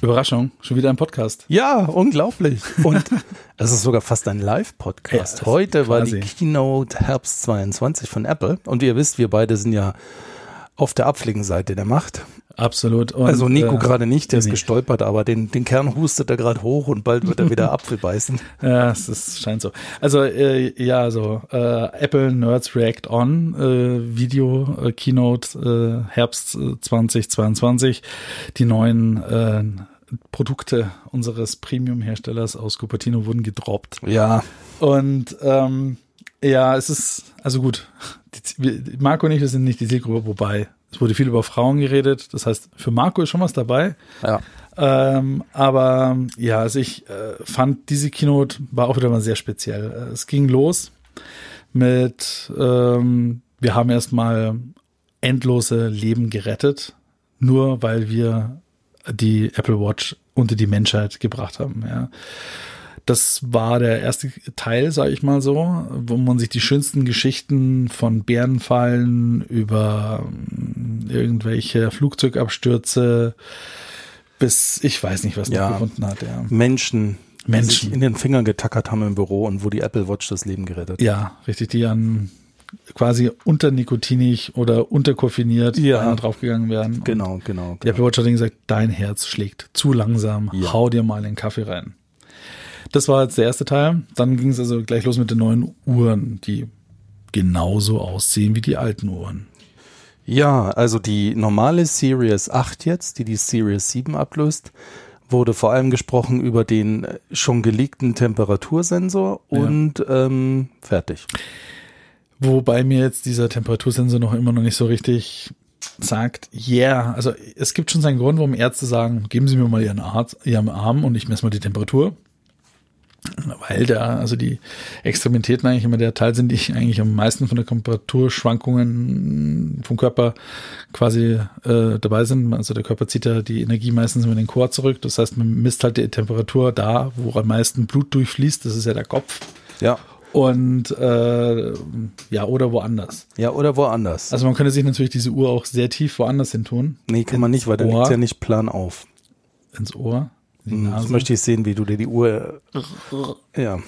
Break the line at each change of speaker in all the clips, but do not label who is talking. Überraschung, schon wieder ein Podcast.
Ja, unglaublich. Und es ist sogar fast ein Live-Podcast.
Ja,
Heute war die
quasi.
Keynote Herbst 22 von Apple. Und wie ihr wisst, wir beide sind ja auf der Abfliegenseite der Macht.
Absolut. Und,
Also Nico
äh,
gerade nicht, der ist
nee.
gestolpert, aber den, den Kern hustet er gerade hoch und bald wird er wieder Apfel beißen.
Ja, es ist, scheint so. Also, äh, ja, so. Äh, Apple Nerds React On, äh, Video, äh, Keynote, äh, Herbst äh, 2022. Die neuen äh, Produkte unseres Premium-Herstellers aus Cupertino wurden gedroppt.
Ja,
Und ähm, ja, es ist, also gut, die, Z- wir- Marco und ich, wir sind nicht die Zielgruppe, wobei es wurde viel über Frauen geredet. Das heißt, für Marco ist schon was dabei.
ja.
Ähm, aber ja, also ich äh, fand diese Keynote war auch wieder mal sehr speziell. Äh, Es ging los mit, ähm, wir haben erstmal endlose Leben gerettet, nur weil wir die Apple Watch unter die Menschheit gebracht haben. Ja. Das war der erste Teil, sage ich mal so, wo man sich die schönsten Geschichten von Bärenfallen über ähm, irgendwelche Flugzeugabstürze bis ich weiß nicht, was
Ja.
da gefunden hat. Ja.
Menschen,
Menschen.
die sich in den Fingern getackert haben im Büro und wo die Apple Watch das Leben gerettet
Ja, richtig, die an quasi unternikotinig oder unterkoffiniert
Ja.
ja. draufgegangen werden. Und
Genau, genau.
Die
genau.
Apple Watch hat ihnen gesagt, dein Herz schlägt zu langsam,
Ja.
hau dir mal einen Kaffee rein. Das war jetzt der erste Teil. Dann ging es also gleich los mit den neuen Uhren, die genauso aussehen wie die alten Uhren.
Ja, also die normale Series 8 jetzt, die die Series 7 ablöst, wurde vor allem gesprochen über den äh, schon geleakten Temperatursensor
Ja.
und ähm, fertig.
Wobei mir jetzt dieser Temperatursensor noch immer noch nicht so richtig sagt, yeah, also es gibt schon seinen Grund, warum Ärzte sagen, geben Sie mir mal Ihren, Arzt, Ihren Arm und ich messe mal die Temperatur. Weil da, also die Extremitäten eigentlich immer der Teil sind, die eigentlich am meisten von der Temperaturschwankungen vom Körper quasi äh, dabei sind. Also der Körper zieht ja die Energie meistens über den Chor zurück. Das heißt, man misst halt die Temperatur da, wo am meisten Blut durchfließt. Das ist ja der Kopf.
Ja.
Und äh, ja, oder woanders.
Ja, oder woanders.
Also man könnte sich natürlich diese Uhr auch sehr tief woanders hin tun.
nee, kann man nicht, weil da
Ohr.
liegt ja nicht plan auf.
Ins Ohr. in die
Hm,
Nase.
Jetzt möchte ich sehen, wie du dir die Uhr. Ja.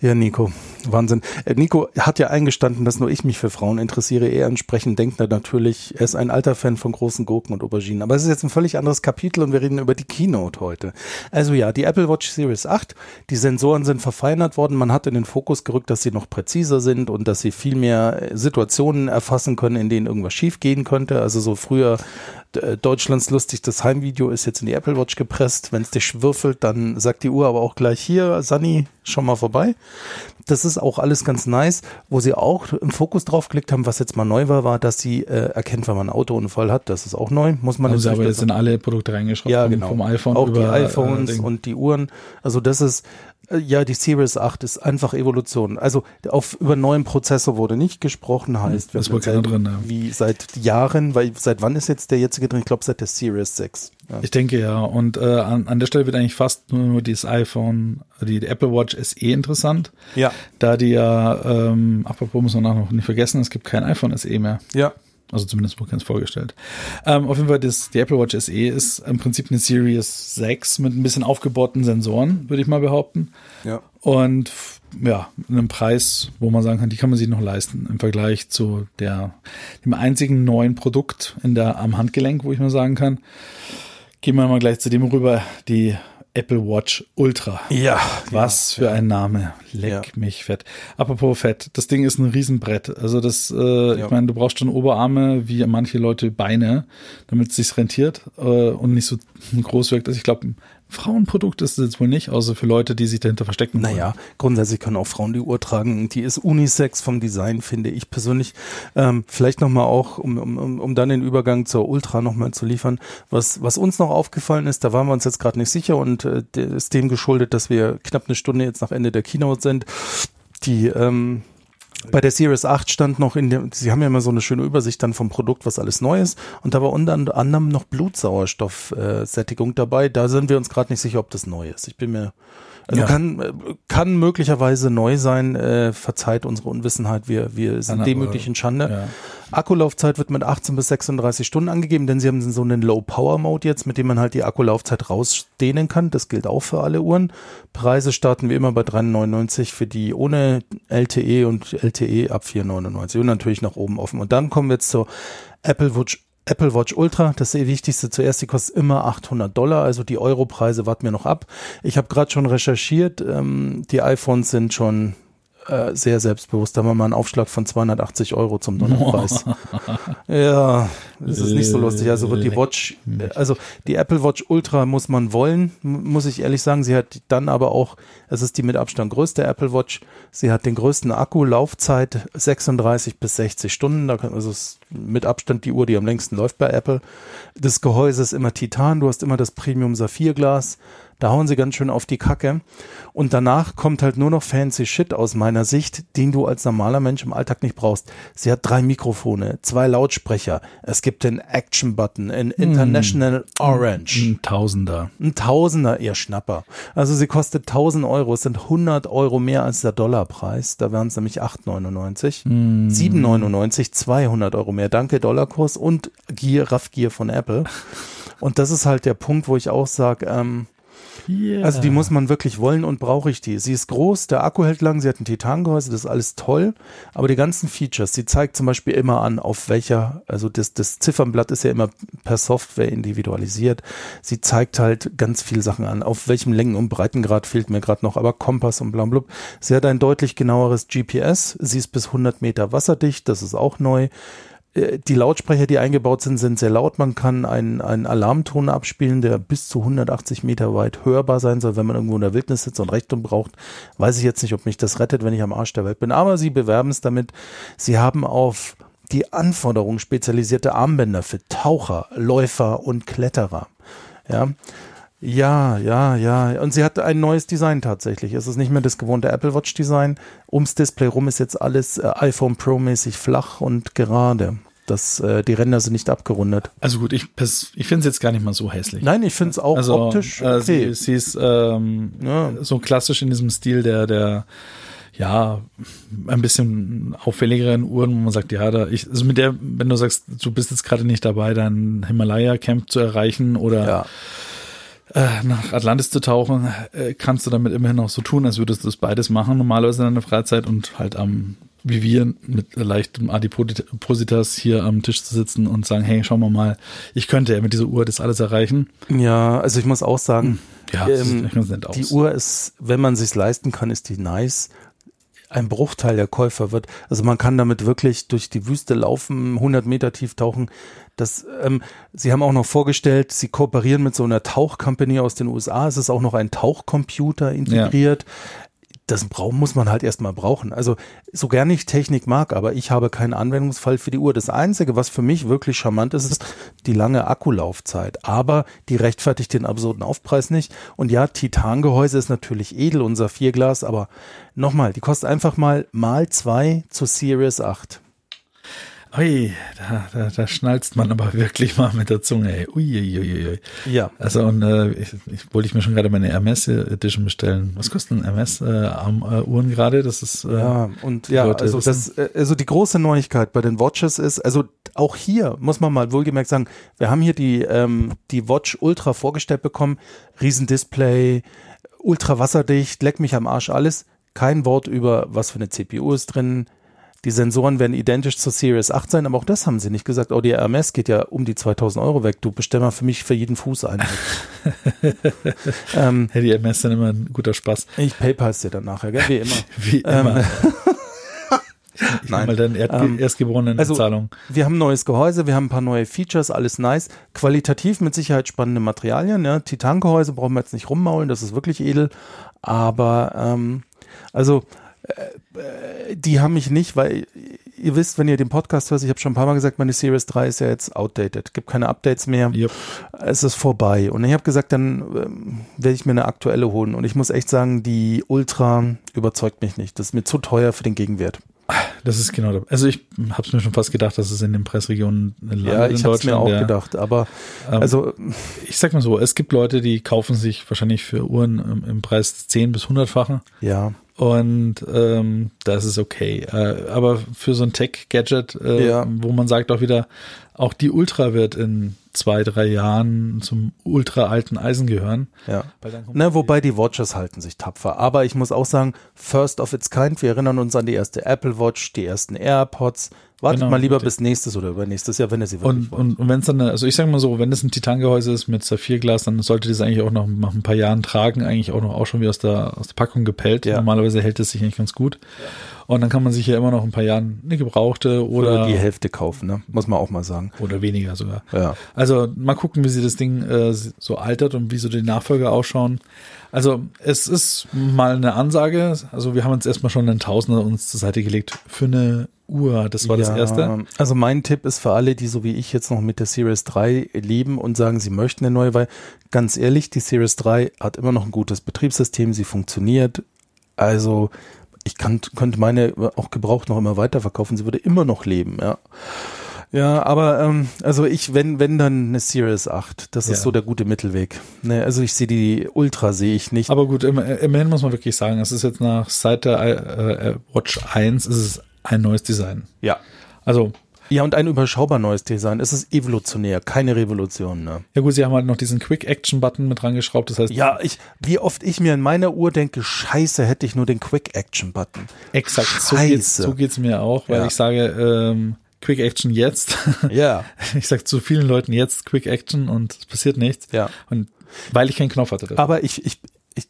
Ja, Nico. Wahnsinn. Äh, Nico hat ja eingestanden, dass nur ich mich für Frauen interessiere. Er entsprechend denkt er natürlich, er ist ein alter Fan von großen Gurken und Auberginen. Aber es ist jetzt ein völlig anderes Kapitel und wir reden über die Keynote heute. Also ja, die Apple Watch Series 8, die Sensoren sind verfeinert worden. Man hat in den Fokus gerückt, dass sie noch präziser sind und dass sie viel mehr äh, Situationen erfassen können, in denen irgendwas schief gehen könnte. Also so früher äh, Deutschlands lustig, das Heimvideo ist jetzt in die Apple Watch gepresst. Wenn es dich würfelt, dann sagt die Uhr aber auch gleich hier, Sunny, schon mal vorbei. Das ist auch alles ganz nice. Wo sie auch im Fokus drauf gelegt haben, was jetzt mal neu war, war, dass sie äh, erkennt, wenn man einen Autounfall hat. Das ist auch neu. Muss man
Haben sie
jetzt
Also, aber
nicht
jetzt in alle Produkte reingeschaut.
ja,
vom-
genau.
Vom iPhone
auch
über
die iPhones
äh, Ding.
und die Uhren. Also das ist äh, ja die Series 8 ist einfach Evolution. Also auf über neuen Prozessor wurde nicht gesprochen, heißt
das war
wir haben
Hm, keiner
seit-
drin, ja.
wie seit Jahren, weil seit wann ist jetzt der jetzige drin? Ich glaube seit der Series 6. Ja.
Ich denke ja. Und äh, an, an der Stelle wird eigentlich fast nur, nur dieses iPhone, die, die Apple Watch SE interessant.
Ja,
Da die ja, ähm, apropos muss man nachher noch nicht vergessen, es gibt kein iPhone SE mehr.
ja.
Also zumindest wurde ganz vorgestellt. Ähm, auf jeden Fall, das, die Apple Watch SE ist im Prinzip eine Series 6 mit ein bisschen aufgebohrten Sensoren, würde ich mal behaupten.
Ja.
Und f- ja, einem Preis, wo man sagen kann, die kann man sich noch leisten im Vergleich zu der, dem einzigen neuen Produkt in der, am Handgelenk, wo ich mal sagen kann. Gehen wir mal gleich zu dem rüber, die Apple Watch Ultra.
Ja.
Was für ein Name. Leck
Ja.
mich fett. Apropos fett, das Ding ist ein Riesenbrett. Also das, äh,
Ja.
ich meine, du brauchst schon Oberarme, wie manche Leute Beine, damit es sich rentiert äh, und nicht so groß wirkt. Also ich glaube, ein Frauenprodukt ist es jetzt wohl nicht, außer für Leute, die sich dahinter verstecken wollen.
Naja, grundsätzlich können auch Frauen die Uhr tragen. Die ist unisex vom Design, finde ich persönlich. Ähm, vielleicht nochmal auch, um, um, um um dann den Übergang zur Ultra nochmal zu liefern, was, was uns noch aufgefallen ist, da waren wir uns jetzt gerade nicht sicher und äh, der ist dem geschuldet, dass wir knapp eine Stunde jetzt nach Ende der Keynote sind. Die ähm, bei der Series 8 stand noch in dem, sie haben ja immer so eine schöne Übersicht dann vom Produkt, was alles neu ist. Und da war unter anderem noch Blutsauerstoffsättigung dabei. Da sind wir uns gerade nicht sicher, ob das neu ist. Ich bin mir, also
Ja.
kann, äh, kann möglicherweise neu sein. Äh, verzeiht unsere Unwissenheit. Wir, wir
Kann
sind
aber-
demütig in Schande.
Ja.
Akkulaufzeit wird mit 18 bis 36 Stunden angegeben, denn sie haben so einen Low-Power-Mode jetzt, mit dem man halt die Akkulaufzeit rausdehnen kann. Das gilt auch für alle Uhren. Preise starten wie immer bei 3,99 für die ohne LTE und LTE ab 4,99 und natürlich nach oben offen. Und dann kommen wir jetzt zur Apple Watch. Apple Watch Ultra, das ist die wichtigste zuerst, die kostet immer 800 Dollar, also die Europreise warten wir noch ab. Ich habe gerade schon recherchiert, ähm, die iPhones sind schon äh, sehr selbstbewusst. Da haben wir mal einen Aufschlag von 280 Euro zum Dollarpreis. ja, das ist nicht so lustig. Also wird die Watch, äh, also die Apple Watch Ultra muss man wollen, mu- muss ich ehrlich sagen. Sie hat dann aber auch, es ist die mit Abstand größte Apple Watch. Sie hat den größten Akku, Laufzeit 36 bis 60 Stunden. Da kann, also es ist mit Abstand die Uhr, die am längsten läuft bei Apple. Das Gehäuse ist immer Titan. Du hast immer das Premium Saphirglas. Da hauen sie ganz schön auf die Kacke. Und danach kommt halt nur noch fancy Shit aus meiner Sicht, den du als normaler Mensch im Alltag nicht brauchst. Sie hat drei Mikrofone, zwei Lautsprecher. Es gibt den Action-Button, in International Orange.
Ein Tausender.
Ein Tausender, ihr Schnapper. Also sie kostet 1000 Euro. Es sind 100 Euro mehr als der Dollarpreis. Da wären es nämlich 8,99. 7,99, 200 Euro mehr. Danke Dollarkurs und Gier, Raffgier von Apple. Und das ist halt der Punkt, wo ich auch sage, ähm, also die muss man wirklich wollen und brauche ich die. Sie ist groß, der Akku hält lang, sie hat ein Titangehäuse, das ist alles toll. Aber die ganzen Features, sie zeigt zum Beispiel immer an, auf welcher, also das, das Ziffernblatt ist ja immer per Software individualisiert. Sie zeigt halt ganz viele Sachen an. Auf welchem Längen- und Breitengrad fehlt mir gerade noch, aber Kompass und blablub. Sie hat ein deutlich genaueres GPS, sie ist bis 100 Meter wasserdicht, das ist auch neu Äh, die Lautsprecher, die eingebaut sind, sind sehr laut. Man kann einen, einen Alarmton abspielen, der bis zu 180 Meter weit hörbar sein soll, wenn man irgendwo in der Wildnis sitzt und Rechtung braucht. Weiß ich jetzt nicht, ob mich das rettet, wenn ich am Arsch der Welt bin. Aber sie bewerben es damit. Sie haben auf die Anforderungen spezialisierte Armbänder für Taucher, Läufer und Kletterer. Ja. Ja, ja, ja. Und sie hat ein neues Design tatsächlich. Es ist nicht mehr das gewohnte Apple Watch Design. Ums Display rum ist jetzt alles äh, iPhone Pro mäßig flach und gerade. Das, äh, die Ränder sind nicht abgerundet.
Also gut, ich, pers- ich finde es jetzt gar nicht mal so hässlich.
Nein, ich finde es auch
also,
optisch
äh,
okay.
sie, sie ist ähm,
Ja.
so klassisch in diesem Stil der, der ja, ein bisschen auffälligeren Uhren, wo man sagt, ja, da ich, also mit der, wenn du sagst, du bist jetzt gerade nicht dabei, dein Himalaya-Camp zu erreichen oder
ja.
äh, nach Atlantis zu tauchen, äh, kannst du damit immerhin auch so tun, als würdest du das beides machen, normalerweise in deiner Freizeit und halt am, wie wir, mit leichtem Adipositas hier am Tisch zu sitzen und sagen, hey, schauen wir mal, ich könnte ja mit dieser Uhr das alles erreichen.
ja, also ich muss auch sagen,
Ja, das sieht
ähm,
echt ganz nett aus.
die Uhr ist, wenn man sich's leisten kann, ist die nice. Ein Bruchteil der Käufer wird, also man kann damit wirklich durch die Wüste laufen, 100 Meter tief tauchen. Das, ähm, sie haben auch noch vorgestellt, sie kooperieren mit so einer Tauchcompany aus den USA. Es ist auch noch ein Tauchcomputer integriert. Das brau- muss man halt erstmal brauchen. Also, so gern ich Technik mag, aber ich habe keinen Anwendungsfall für die Uhr. Das Einzige, was für mich wirklich charmant ist, ist die lange Akkulaufzeit. Aber die rechtfertigt den absurden Aufpreis nicht. Und ja, Titangehäuse ist natürlich edel, unser Vierglas, aber nochmal, die kostet einfach mal mal zwei zu Series 8.
Ui, da, da, da schnalzt man aber wirklich mal mit der Zunge. Ey. Ui, ui, ui, ui.
Ja.
Also und äh, ich, ich wollte ich mir schon gerade meine Hermes Edition bestellen. Was kostet ein Hermes äh, am äh, Uhren gerade? Das ist äh,
Ja, und
die
ja,
Leute
also, das,
wissen.
äh, also die große Neuigkeit bei den Watches ist, also auch hier muss man mal wohlgemerkt sagen, wir haben hier die, ähm, die Watch Ultra vorgestellt bekommen, Riesendisplay, ultra wasserdicht, leck mich am Arsch alles, kein Wort über, was für eine CPU ist drin. Die Sensoren werden identisch zur Series 8 sein, aber auch das haben sie nicht gesagt. Oh, die RMS geht ja um die 2000 Euro weg. Du bestell mal für mich für jeden Fuß einen. ähm,
Hey, die Hermes sind immer ein guter Spaß.
Ähm, ich PayPal's dir dann nachher, gell? wie immer.
Wie immer. Ich
Nein.
Nein. mal deine Erdge
Ähm,
erstgeborenen
also-
Zahlung.
Wir haben neues Gehäuse, wir haben ein paar neue Features, alles nice. Qualitativ mit Sicherheit spannende Materialien. Ja. Titangehäuse brauchen wir jetzt nicht rummaulen, das ist wirklich edel. Aber ähm, also äh, äh, die haben mich nicht, weil ihr wisst, wenn ihr den Podcast hört, ich habe schon ein paar Mal gesagt, meine Series 3 ist ja jetzt outdated, gibt keine Updates mehr
Yep.
es ist vorbei. Und ich habe gesagt, dann ähm, werde ich mir eine aktuelle holen. Und ich muss echt sagen, die Ultra überzeugt mich nicht. Das ist mir zu teuer für den Gegenwert.
Das ist genau das. Also ich habe es mir schon fast gedacht, dass es in den Pressregionen landet
Ja, ich
in
habe es mir
Deutschland,
auch
ja.
gedacht. Aber
Ähm,
also
Ich sag mal so, es gibt Leute, die kaufen sich wahrscheinlich für Uhren im, im Preis 10 bis 100-fachen
ja,
und ähm, das ist okay. Äh, aber für so ein Tech-Gadget, äh,
Ja.
wo man sagt auch wieder, auch die Ultra wird in zwei, drei Jahren zum ultra alten Eisen gehören.
ja.
Weil dann kommt
Ne, wobei die Watches halten sich tapfer. Aber ich muss auch sagen, first of its kind. Wir erinnern uns an die erste Apple Watch, die ersten AirPods. Wartet
Genau,
mal lieber
richtig.
bis nächstes oder übernächstes Jahr, wenn ihr sie
Und,
wirklich
und, und wenn es dann, eine- also ich sage mal so, wenn es ein Titangehäuse ist mit Saphirglas, dann sollte das eigentlich auch noch nach ein paar Jahren tragen, eigentlich auch noch auch schon wie aus der, aus der Packung gepellt.
Ja.
Normalerweise hält es sich eigentlich ganz gut. Und dann kann man sich ja immer noch ein paar Jahren eine gebrauchte
oder
oder,
die Hälfte kaufen, ne? muss man auch mal sagen.
oder weniger sogar.
Ja.
Also mal gucken, wie sie das Ding äh, so altert und wie so die Nachfolger ausschauen. Also es ist mal eine Ansage. Also wir haben uns erstmal schon einen Tausender uns zur Seite gelegt für eine Uhr. Das war das
Ja,
erste.
Also mein Tipp ist für alle, die so wie ich jetzt noch mit der Series 3 leben und sagen, sie möchten eine neue, weil ganz ehrlich, die Series 3 hat immer noch ein gutes Betriebssystem, sie funktioniert. Also ich kann, könnte meine auch gebraucht noch immer weiterverkaufen, sie würde immer noch leben, ja. Ja, aber ähm, also ich, wenn, wenn dann eine Series 8, das ist
Ja.
so der gute Mittelweg. Ne, also ich sehe die Ultra sehe ich nicht.
Aber gut, im- immerhin muss man wirklich sagen, es ist jetzt nach seit der äh, äh, Watch 1 ist es ein neues Design.
ja.
Also,
Ja, und ein überschaubar neues Design. Es ist evolutionär, keine Revolution, ne?
ja gut, sie haben halt noch diesen Quick-Action-Button mit rangeschraubt. Das heißt,
Ja, ich, wie oft ich mir in meiner Uhr denke, scheiße, hätte ich nur den Quick-Action-Button.
exakt, so
Scheiße.
geht's, so geht's mir auch, weil
Ja.
ich sage, ähm, Quick-Action jetzt.
Ja.
ich sag zu vielen Leuten jetzt Quick-Action und es passiert nichts.
Ja. Ah,
Und weil ich keinen Knopf hatte. dafür.
Aber ich, ich, ich,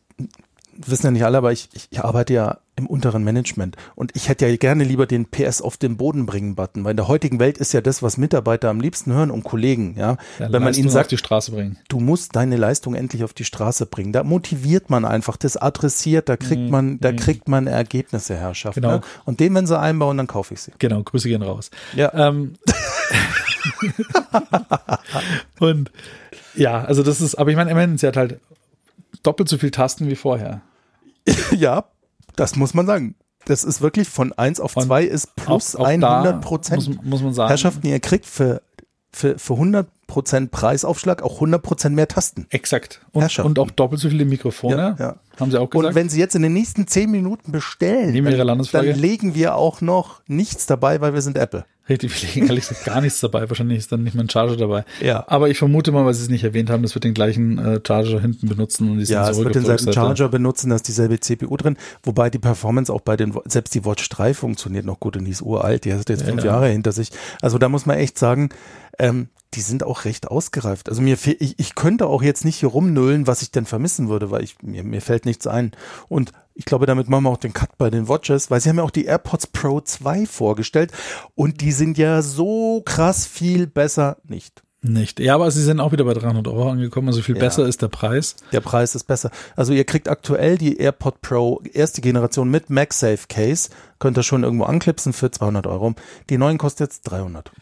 wissen ja nicht alle, aber ich, ich, ich arbeite ja im unteren Management und ich hätte ja gerne lieber den PS auf den Boden bringen Button, weil in der heutigen Welt ist ja das, was Mitarbeiter am liebsten hören und Kollegen, ja.
Ja,
Wenn man
Leistung
ihnen
auf
sagt,
die Straße bringen.
du musst deine Leistung endlich auf die Straße bringen, da motiviert man einfach, das adressiert, da kriegt man, da kriegt man Ergebnisse, Herrschaft.
Mhm. Genau.
Ne? Und den, wenn sie einbauen, dann kaufe ich sie.
Genau, Grüße gehen raus.
Ja.
Ähm, und ja, also das ist, aber ich meine, immerhin, sie hat halt doppelt so viel Tasten wie vorher.
Ja, das muss man sagen. Das ist wirklich von 1 auf
Und
2 ist plus
Auch- auch
100
Da muss,
Prozent.
muss man sagen.
Herrschaften, ihr kriegt für, für, für 100 Prozent Preisaufschlag auch 100 Prozent mehr Tasten.
Exakt. Und,
Herrschaften.
und auch doppelt so viele Mikrofone.
Ja, ja.
Haben sie auch
Und
gesagt.
wenn Sie jetzt in den nächsten 10 Minuten bestellen,
Nehmen wir Ihre
dann, dann
Landesflagge.
legen wir auch noch nichts dabei, weil wir sind Apple.
Richtig, wir legen ehrlich gesagt gar nichts dabei. Wahrscheinlich ist dann nicht mal ein Charger dabei.
Ja.
Aber ich vermute mal, weil sie es nicht erwähnt haben, das wird den gleichen äh, Charger hinten benutzen und die
Ja, es wird denselben
zurückgepflückt hätte.
Charger benutzen, da ist dieselbe CPU drin, wobei die Performance auch bei den, selbst die Watch 3 funktioniert noch gut und die ist uralt, die hat jetzt fünf
ja.
Jahre hinter sich. Also da muss man echt sagen, ähm, die sind auch recht ausgereift. Also mir fehl, ich, ich könnte auch jetzt nicht hier rumnüllen, was ich denn vermissen würde, weil ich, mir, mir fällt nichts ein. Und ich glaube, damit machen wir auch den Cut bei den Watches, weil sie haben ja auch die AirPods Pro 2 vorgestellt und die sind ja so krass viel besser nicht.
Nicht. Ja, aber sie sind auch wieder bei 300 Euro angekommen. Also viel
Ja.
besser ist der Preis.
Der Preis ist besser. Also ihr kriegt aktuell die AirPod Pro erste Generation mit MagSafe Case. Könnt ihr schon irgendwo anklipsen für 200 Euro. Die neuen kostet jetzt 300.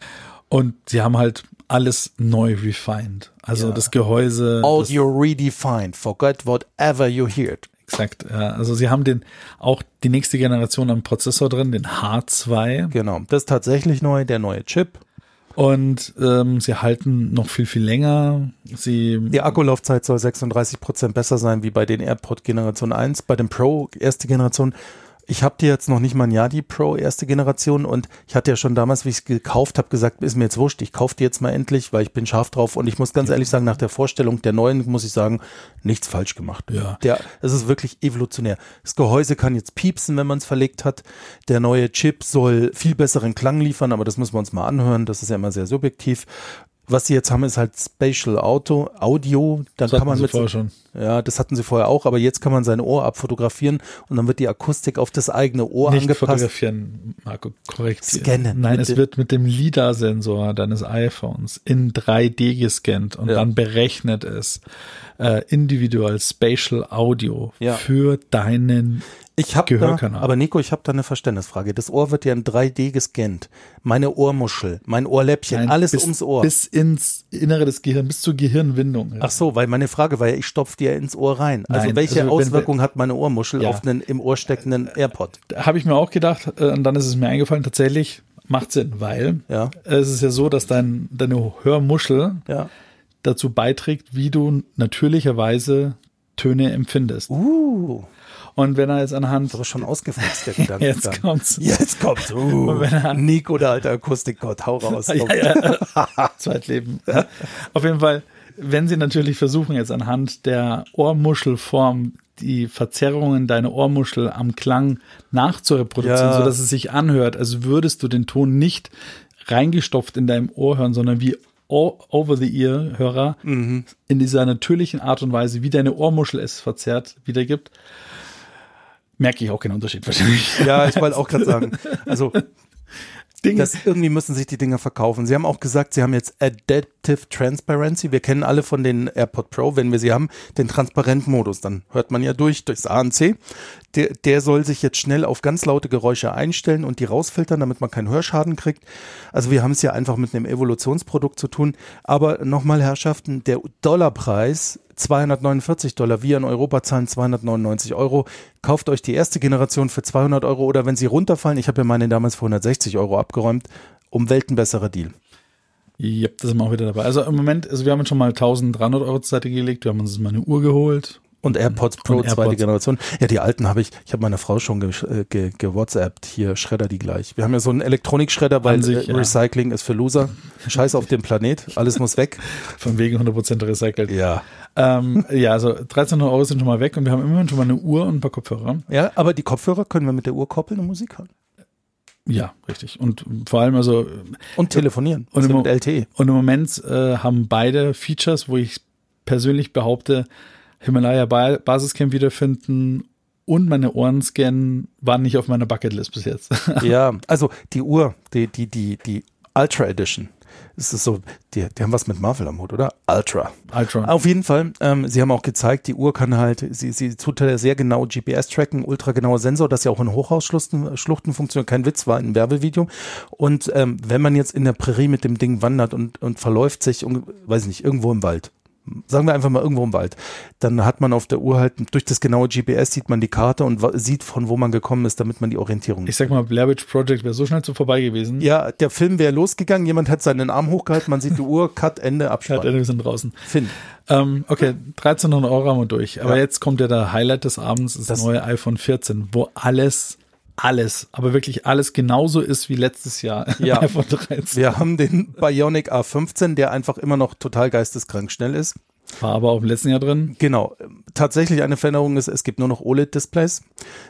Und sie haben halt alles neu refined. Also
Ja.
das Gehäuse. das,
Audio redefined. Forget whatever you heard.
exakt. Ja. Also sie haben den auch die nächste Generation am Prozessor drin, den H2.
Genau. Das ist tatsächlich neu. Der neue Chip.
Und ähm, sie halten noch viel, viel länger. Sie
Die Akkulaufzeit soll 36 Prozent besser sein wie bei den AirPod Generation 1. Bei dem Pro erste Generation. Ich habe die jetzt noch nicht mal ein Jahr, die Pro erste Generation. Und ich hatte ja schon damals, wie ich es gekauft habe, gesagt, ist mir jetzt wurscht. Ich kaufe die jetzt mal endlich, weil ich bin scharf drauf. Und ich muss ganz ehrlich sagen, nach der Vorstellung der neuen muss ich sagen, nichts falsch gemacht.
Ja.
Der, es ist wirklich evolutionär. Das Gehäuse kann jetzt piepsen, wenn man es verlegt hat. Der neue Chip soll viel besseren Klang liefern, aber das müssen wir uns mal anhören. Das ist ja immer sehr subjektiv. Was sie jetzt haben, ist halt Spatial Auto, Audio. Dann
Das
kann
hatten
man
sie
mit
vorher schon.
ja, das hatten sie vorher auch, aber jetzt kann man sein Ohr abfotografieren und dann wird die Akustik auf das eigene Ohr
Nicht
angepasst.
fotografieren, Marco, korrekt.
Scannen.
Nein,
Mit
es
dem-
wird mit dem LIDAR-Sensor deines iPhones in 3D gescannt und
Ja.
dann berechnet es äh, individuell Spatial Audio
Ja.
für deinen
Ich habe da,
Gehörkanal.
aber Nico, ich habe da eine Verständnisfrage. Das Ohr wird ja in 3D gescannt. Meine Ohrmuschel, mein Ohrläppchen,
Nein,
alles
bis,
ums Ohr.
Bis ins Innere des Gehirns, bis zur Gehirnwindung.
Ach so, weil meine Frage war ja, ich stopf dir ins Ohr rein. Also
Nein,
welche
also wenn wir-
Auswirkung hat meine Ohrmuschel
Ja. Äh,
auf einen im Ohr steckenden AirPod?
Habe ich mir auch gedacht, äh, und dann ist es mir eingefallen, tatsächlich macht Sinn, weil
Ja.
es ist ja so, dass dein, deine Hörmuschel
Ja.
dazu beiträgt, wie du natürlicherweise Töne empfindest.
Uh,
Und wenn er jetzt anhand
aber schon ausgefuchst, der Gedanke.
Jetzt kommt's.
Jetzt kommt's. Uh,
wenn er-
Nico, der alte Akustikgott, hau raus. komm.
ja, ja. Zweitleben. Ja. Auf jeden Fall, wenn sie natürlich versuchen, jetzt anhand der Ohrmuschelform die Verzerrungen deiner Ohrmuschel am Klang nachzureproduzieren,
Ja.
sodass es sich anhört, als würdest du den Ton nicht reingestopft in deinem Ohr hören, sondern wie o- Over-the-Ear-Hörer
Mhm.
in dieser natürlichen Art und Weise, wie deine Ohrmuschel es verzerrt, wiedergibt, merke ich auch keinen Unterschied wahrscheinlich.
Ja, ich wollte auch gerade sagen. Also,
Ding
das, irgendwie müssen sich die Dinger verkaufen. Sie haben auch gesagt, sie haben jetzt Adaptive Transparency. Wir kennen alle von den AirPod Pro, wenn wir sie haben, den Transparent-Modus. Dann hört man ja durch, durchs ANC. Der, der soll sich jetzt schnell auf ganz laute Geräusche einstellen und die rausfiltern, damit man keinen Hörschaden kriegt. Also wir haben es ja einfach mit einem Evolutionsprodukt zu tun. Aber nochmal, Herrschaften, der Dollarpreis 249 Dollar. Wir in Europa zahlen 299 Euro. Kauft euch die erste Generation für 200 Euro oder wenn sie runterfallen, ich habe ja meine damals für 160 Euro abgeräumt, um Welten besserer Deal.
Ja, das sind wir auch wieder dabei. Also im Moment, also wir haben jetzt schon mal 1300 Euro zur Seite gelegt, wir haben uns mal eine Uhr geholt.
Und AirPods Pro,
Und
zweite
AirPods.
Generation. Ja, die alten habe ich, ich habe meiner Frau schon gewhatsappt, ge, ge gewhatsappt. hier, schredder die gleich. Wir haben ja so einen Elektronikschredder, weil
An sich,
äh,
ja.
Recycling ist für Loser. Scheiß auf den Planet, alles muss weg.
Von wegen 100% recycelt.
Ja.
Ähm, ja, also 1300 Euro sind schon mal weg und wir haben immerhin schon mal eine Uhr und ein paar Kopfhörer.
Ja, aber die Kopfhörer können wir mit der Uhr koppeln und Musik hören.
Ja, richtig. Und vor allem, also,
Und telefonieren.
Und
Ist ja
im
mit E. LTE.
und im Moment äh, haben beide Features, wo ich persönlich behaupte, Himalaya Ba- Basiscamp wiederfinden und meine Ohren scannen, waren nicht auf meiner Bucketlist bis jetzt.
Ja, also die Uhr, die, die, die, die Ultra Edition. Es ist so, die, die haben was mit Marvel am Hut, oder? Ultra.
Ultron.
Auf jeden Fall, ähm, sie haben auch gezeigt, die Uhr kann halt, sie, sie tut halt sehr genau GPS tracken, ultragenauer Sensor, das ja auch in Hochhausschluchten äh, Schluchten funktioniert, kein Witz, war ein Werbevideo. Und ähm, wenn man jetzt in der Prärie mit dem Ding wandert und, und verläuft sich, um, weiß nicht, irgendwo im Wald, sagen wir einfach mal irgendwo im Wald, dann hat man auf der Uhr halt durch das genaue GPS sieht man die Karte und wa- sieht von wo man gekommen ist, damit man die Orientierung
Ich sag mal, Blair Witch Project wäre so schnell zu vorbei gewesen.
ja, der Film wäre losgegangen, jemand hat seinen Arm hochgehalten, man sieht die Uhr, Cut, Ende,
Ja,
Abspann.
wir sind draußen.
Finn.
Ähm, okay, 1300 Euro haben wir durch. Aber
Ja.
jetzt kommt ja der Highlight des Abends, das,
Das-
neue iPhone 14, wo alles, alles, aber wirklich alles genauso ist wie letztes Jahr.
Ja.
iPhone 13.
Wir haben den Bionic A15, der einfach immer noch total geisteskrank schnell ist.
War aber auch im letzten Jahr drin.
Genau. Tatsächlich eine Veränderung ist, es gibt nur noch OLED-Displays.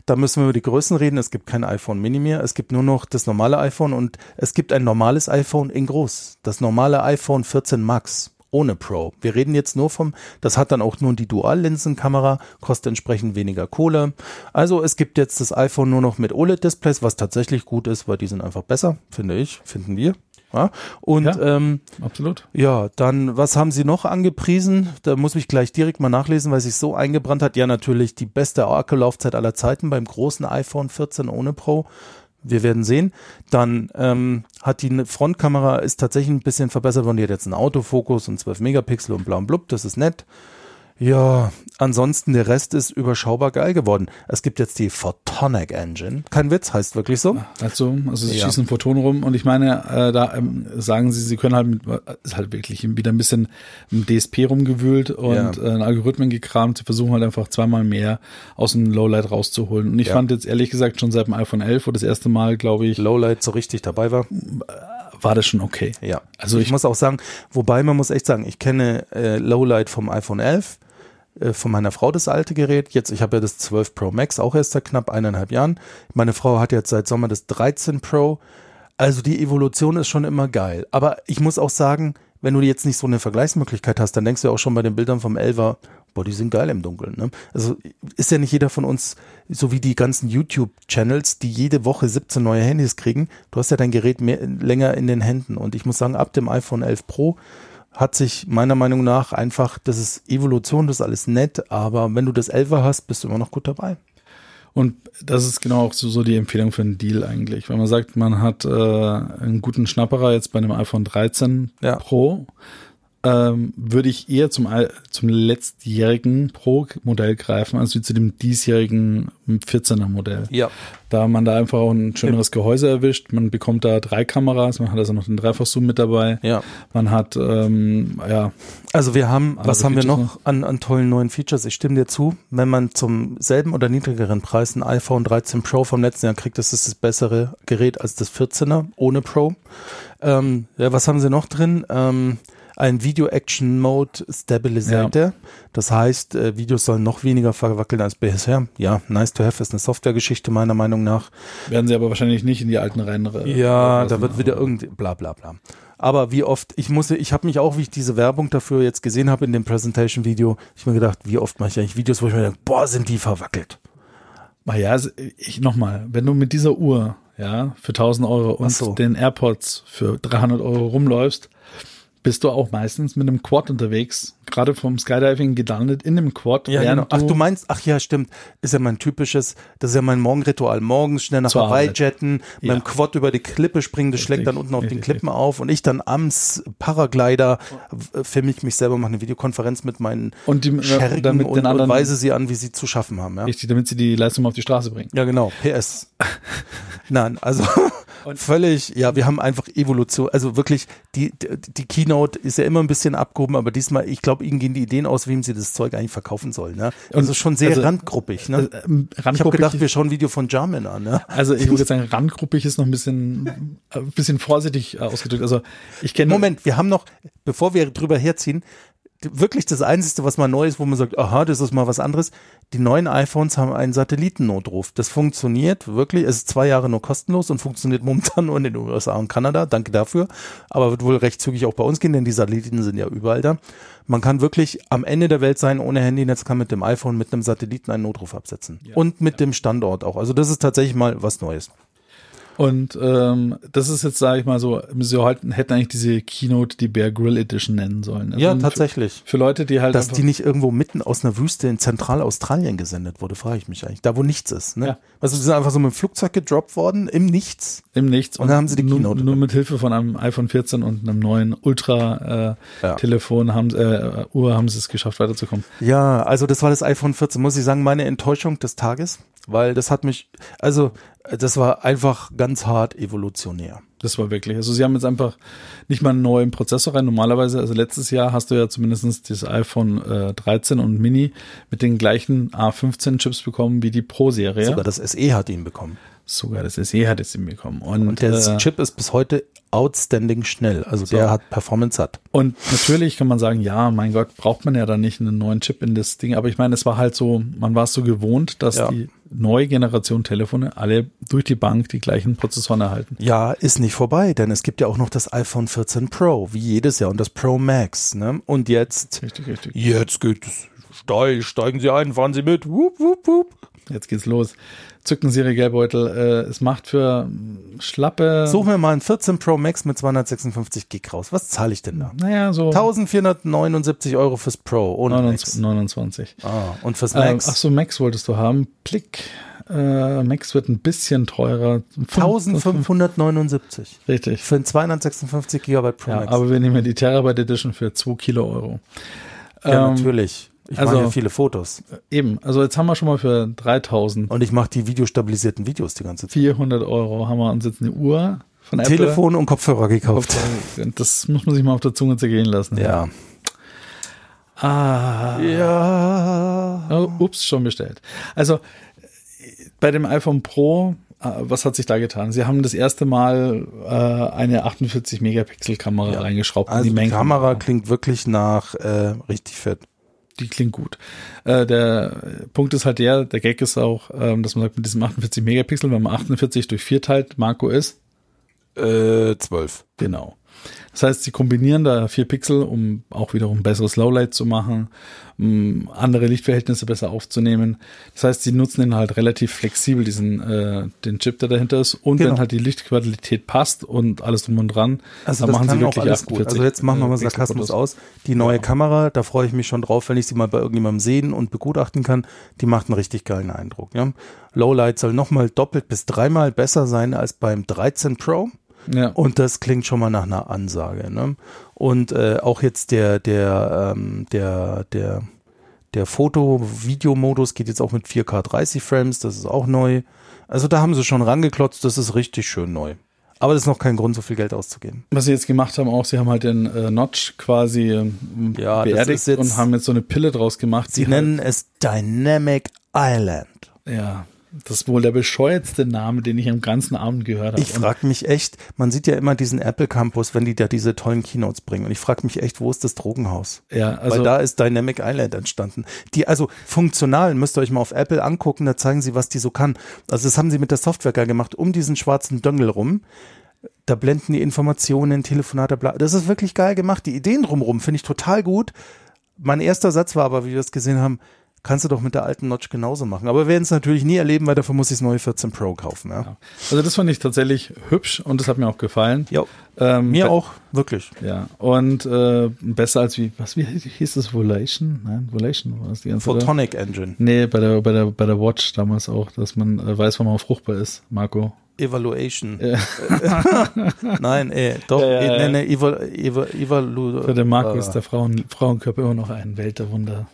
Da müssen wir über die Größen reden. Es gibt kein iPhone Mini mehr. Es gibt nur noch das normale iPhone und es gibt ein normales iPhone in groß. Das normale iPhone 14 Max ohne Pro. Wir reden jetzt nur vom, das hat dann auch nur die Dual-Linsenkamera, kostet entsprechend weniger Kohle. Also es gibt jetzt das iPhone nur noch mit OLED-Displays, was tatsächlich gut ist, weil die sind einfach besser, finde ich, finden wir. Ja? Und
Ja.
Ähm,
Absolut.
ja, dann, was haben Sie noch angepriesen? Da muss ich gleich direkt mal nachlesen, weil sich so eingebrannt hat. Ja, natürlich die beste Akkulaufzeit aller Zeiten beim großen iPhone 14 ohne Pro. Wir werden sehen. Dann ähm, hat die Frontkamera ist tatsächlich ein bisschen verbessert worden. Die hat jetzt einen Autofokus und 12 Megapixel und bla und blub. Das ist nett. Ja, ansonsten der Rest ist überschaubar geil geworden. Es gibt jetzt die Photonic Engine. Kein Witz, heißt wirklich so.
Also, also sie
Ja.
schießen Photonen rum und ich meine, äh, da ähm, sagen sie, sie können halt mit, ist halt wirklich wieder ein bisschen im DSP rumgewühlt und
Ja.
äh, in Algorithmen gekramt, sie versuchen halt einfach zweimal mehr aus dem Lowlight rauszuholen. Und ich
Ja.
fand jetzt ehrlich gesagt schon seit dem iPhone 11, wo das erste Mal, glaube ich,
Lowlight so richtig dabei war.
war das schon okay.
Ja,
Also
also ich,
ich-
muss auch sagen, wobei man muss echt sagen, ich kenne äh, Lowlight vom iPhone 11, äh, von meiner Frau das alte Gerät. Jetzt, ich habe ja das 12 Pro Max, auch erst seit knapp eineinhalb Jahren. Meine Frau hat jetzt seit Sommer das 13 Pro. Also die Evolution ist schon immer geil. Aber ich muss auch sagen, wenn du jetzt nicht so eine Vergleichsmöglichkeit hast, dann denkst du ja auch schon bei den Bildern vom Elver, boah, die sind geil im Dunkeln. Ne? Also ist ja nicht jeder von uns, so wie die ganzen YouTube-Channels, die jede Woche 17 neue Handys kriegen, du hast ja dein Gerät mehr, länger in den Händen. Und ich muss sagen, ab dem iPhone 11 Pro hat sich meiner Meinung nach einfach, das ist Evolution, das ist alles nett, aber wenn du das 11er hast, bist du immer noch gut dabei.
Und das ist genau auch so, so die Empfehlung für einen Deal eigentlich. Wenn man sagt, man hat äh, einen guten Schnapperer jetzt bei einem iPhone 13
Ja.
Pro, ähm, würde ich eher zum, Al- zum letztjährigen Pro-Modell greifen, als wie zu dem diesjährigen 14er Modell.
Ja.
Da man da einfach auch ein schöneres Gehäuse erwischt, man bekommt da drei Kameras, man hat also noch den Dreifachzoom mit dabei.
Ja.
Man hat, ähm, ja,
Also wir haben,
Andere
was haben wir
Features
noch an, an tollen neuen Features? Ich stimme dir zu, wenn man zum selben oder niedrigeren Preis ein iPhone 13 Pro vom letzten Jahr kriegt, das ist das bessere Gerät als das 14er ohne Pro. Ähm, ja, was haben sie noch drin? Ähm, ein Video Action Mode Stabilisator. Das heißt, äh, Videos sollen noch weniger verwackeln als bisher. Ja, nice to have ist eine Softwaregeschichte meiner Meinung nach.
werden sie aber wahrscheinlich nicht in die alten Reihen. äh,
Ja,
lassen.
da wird wieder irgendwie bla bla bla. Aber wie oft, ich muss, ich habe mich auch, wie ich diese Werbung dafür jetzt gesehen habe in dem Presentation-Video, ich mir gedacht, wie oft mache ich eigentlich Videos, wo ich mir denke, boah, sind die verwackelt.
Naja, also ich nochmal, wenn du mit dieser Uhr ja, für 1000 Euro und
Ach so.
den AirPods für 300 Euro rumläufst, bist du auch meistens mit einem Quad unterwegs, gerade vom Skydiving gelandet in dem Quad. während
genau. Ach, du meinst, ach ja, stimmt, ist ja mein typisches, das ist ja mein Morgenritual. Morgens schnell nach
Zur
Hawaii
Arbeit.
jetten, mit
Ja.
dem Quad über die Klippe springen, das schlägt dann unten auf den
richtig.
Klippen auf und ich dann am S- Paraglider äh, filme ich mich selber, mache eine Videokonferenz mit meinen
Und die-
Schergen
damit den
und, und
anderen-
weise sie an, wie sie zu schaffen haben. Ja?
Richtig, damit sie die Leistung auf die Straße bringen.
Ja, genau. PS. Nein, also völlig, ja, wir haben einfach Evolution, also wirklich, die, die, die Keynote ist ja immer ein bisschen abgehoben, aber diesmal, ich glaube, ihnen gehen die Ideen aus, wem sie das Zeug eigentlich verkaufen sollen. Ne? Also schon sehr
also,
randgruppig. Ne?
Ähm,
ich habe
randgruppig-
gedacht, wir schauen ein Video von Jarmin an. Ne?
also ich würde sagen, randgruppig ist noch ein bisschen, ein bisschen vorsichtig äh, ausgedrückt. Also ich kenne
Moment, wir haben noch, bevor wir drüber herziehen, d- wirklich das Einzige, was mal neu ist, wo man sagt, aha, das ist mal was anderes. Die neuen iPhones haben einen Satellitennotruf. Das funktioniert wirklich, es ist zwei Jahre nur kostenlos und funktioniert momentan nur in den USA und Kanada. Danke dafür. Aber wird wohl recht zügig auch bei uns gehen, denn die Satelliten sind ja überall da. Man kann wirklich am Ende der Welt sein ohne Handynetz, kann mit dem iPhone, mit einem Satelliten einen Notruf absetzen. und mit dem Standort auch. Also das ist tatsächlich mal was Neues.
Und ähm, das ist jetzt, sage ich mal so, sie halten, hätten eigentlich diese Keynote die Bear Grill Edition nennen sollen. Also
Ja,
für-
tatsächlich.
Für Leute, die halt
Dass
einfach-
die nicht irgendwo mitten aus einer Wüste in Zentralaustralien gesendet wurde, frage ich mich eigentlich. Da, wo nichts ist. Ne?
Ja.
Also, die sind einfach so mit dem Flugzeug gedroppt worden, im Nichts.
Im Nichts.
Und dann haben sie die
nur,
Keynote.
Nur mit Hilfe von einem iPhone 14 und einem neuen
Ja.
Ultra-Telefon, haben sie- äh, Uhr, haben sie es geschafft, weiterzukommen.
Ja, also, das war das iPhone 14, muss ich sagen, meine Enttäuschung des Tages, weil das hat mich, also, das war einfach ganz hart evolutionär.
Das war wirklich. Also sie haben jetzt einfach nicht mal einen neuen Prozessor rein. Normalerweise, also letztes Jahr hast du ja zumindest das iPhone äh, 13 und Mini mit den gleichen A15-Chips bekommen wie die Pro-Serie.
Sogar das SE hat ihn bekommen.
Sogar das SE hat jetzt ihn bekommen. Und,
Und der
äh,
Chip ist bis heute outstanding schnell. Also, der hat Performance hat.
Und natürlich kann man sagen, ja, mein Gott, braucht man ja dann nicht einen neuen Chip in das Ding. Aber ich meine, es war halt so, man war es so gewohnt, dass
Ja.
die neue Generation Telefone alle durch die Bank die gleichen Prozessoren erhalten.
Ja, ist nicht vorbei, denn es gibt ja auch noch das iPhone 14 Pro, wie jedes Jahr, und das Pro Max. Ne? Und jetzt
Richtig, richtig.
Jetzt geht es steil, steigen Sie ein, fahren Sie mit. Wup, wup, wup.
Jetzt geht's los. Zücken Sie Ihre Geldbeutel. Äh, es macht für mm, schlappe,
Such mir mal einen 14 Pro Max mit 256 Gig raus. Was zahle ich denn da?
naja, so
1479 Euro fürs Pro ohne
29.
Max.
29.
Ah, und fürs
Ähm,
Max
ach so, Max wolltest du haben. Blick. Äh, Max wird ein bisschen teurer.
1579
Richtig.
für einen 256 Gigabyte Pro
Ja,
Max.
aber wir nehmen ja die Terabyte Edition für 2 Kilo Euro.
ja,
ähm,
natürlich. Ich
also-
mache ja viele Fotos
Eben, also jetzt haben wir schon mal für 3400
und ich mache die videostabilisierten Videos die ganze Zeit.
Euro haben wir uns jetzt eine Uhr von Apple.
Telefon und Kopfhörer gekauft.
Das muss man sich mal auf der Zunge zergehen lassen.
Ja.
Ah,
Ja.
oh, ups, schon bestellt. Also äh, bei dem iPhone Pro, äh, was hat sich da getan? Sie haben das erste Mal äh, eine 48 Megapixel Kamera reingeschraubt. in
Also die
Main-Kamera.
Kamera klingt wirklich nach äh, richtig fett.
die klingt gut. Äh, der Punkt ist halt der, der Gag ist auch, ähm, dass man sagt, mit diesem 48 Megapixel, wenn man 48 durch 4 teilt, Marco ist,
Äh, 12.
genau. Das heißt, sie kombinieren da vier Pixel, um auch wiederum besseres Lowlight zu machen, um andere Lichtverhältnisse besser aufzunehmen. Das heißt, sie nutzen den halt relativ flexibel, diesen äh, den Chip, der dahinter ist. Und
Genau.
wenn halt die Lichtqualität passt und alles drum und dran,
Also
dann
das
machen
kann
sie wirklich
auch alles gut.
48
Also jetzt machen wir mal
äh,
Sarkasmus
Pixelfotos.
aus. Die neue Kamera, da freue ich mich schon drauf, wenn ich sie mal bei irgendjemandem sehen und begutachten kann. Die macht einen richtig geilen Eindruck. Ja? Lowlight soll nochmal doppelt bis dreimal besser sein als beim 13 Pro.
Ja.
Und das klingt schon mal nach einer Ansage. Ne? Und äh, auch jetzt der, der, ähm, der, der, der Foto-Video-Modus geht jetzt auch mit 4K 30 Frames, das ist auch neu. Also da haben sie schon rangeklotzt, das ist richtig schön neu. Aber das ist noch kein Grund, so viel Geld auszugeben.
Was sie jetzt gemacht haben, auch sie haben halt den äh, Notch quasi ähm,
Ja, das ist
beerdigt
jetzt-
und haben jetzt so eine Pille draus gemacht.
Sie
die
nennen es Dynamic Island.
halt, ja, das ist wohl der bescheuertste Name, den ich am ganzen Abend gehört habe.
Ich frage mich echt, man sieht ja immer diesen Apple Campus, wenn die da diese tollen Keynotes bringen. Und ich frage mich echt, wo ist das Drogenhaus?
Und- ja, also
Weil da ist Dynamic Island entstanden. Die, also funktional, müsst ihr euch mal auf Apple angucken, da zeigen sie, was die so kann. Also das haben sie mit der Software gar gemacht, um diesen schwarzen Döngel rum. Da blenden die Informationen, Telefonate, bla. Das ist wirklich geil gemacht. Die Ideen drumrum finde ich total gut. Mein erster Satz war aber, wie wir es gesehen haben, kannst du doch mit der alten Notch genauso machen. Aber wir werden es natürlich nie erleben, weil dafür muss ich das neue 14 Pro kaufen. Ja.
Also das fand ich tatsächlich hübsch und das hat mir auch gefallen.
Jo.
Ähm,
Mir
be-
auch, wirklich.
Ja. Und äh, besser als wie, was wie hieß das Volation? Nein, Volation war es die ganze Zeit.
Photonic Engine.
Nee, bei der, bei, der, bei der Watch damals auch, dass man äh, weiß, wann man fruchtbar ist, Marco.
Evaluation. Nein, äh, doch,
Ja, ja,
äh,
ja.
nee, nee, Eval, Eval, Evalu.
Für den Marco ist
äh,
der Frauen, Frauenkörper immer noch ein Welt der Wunder.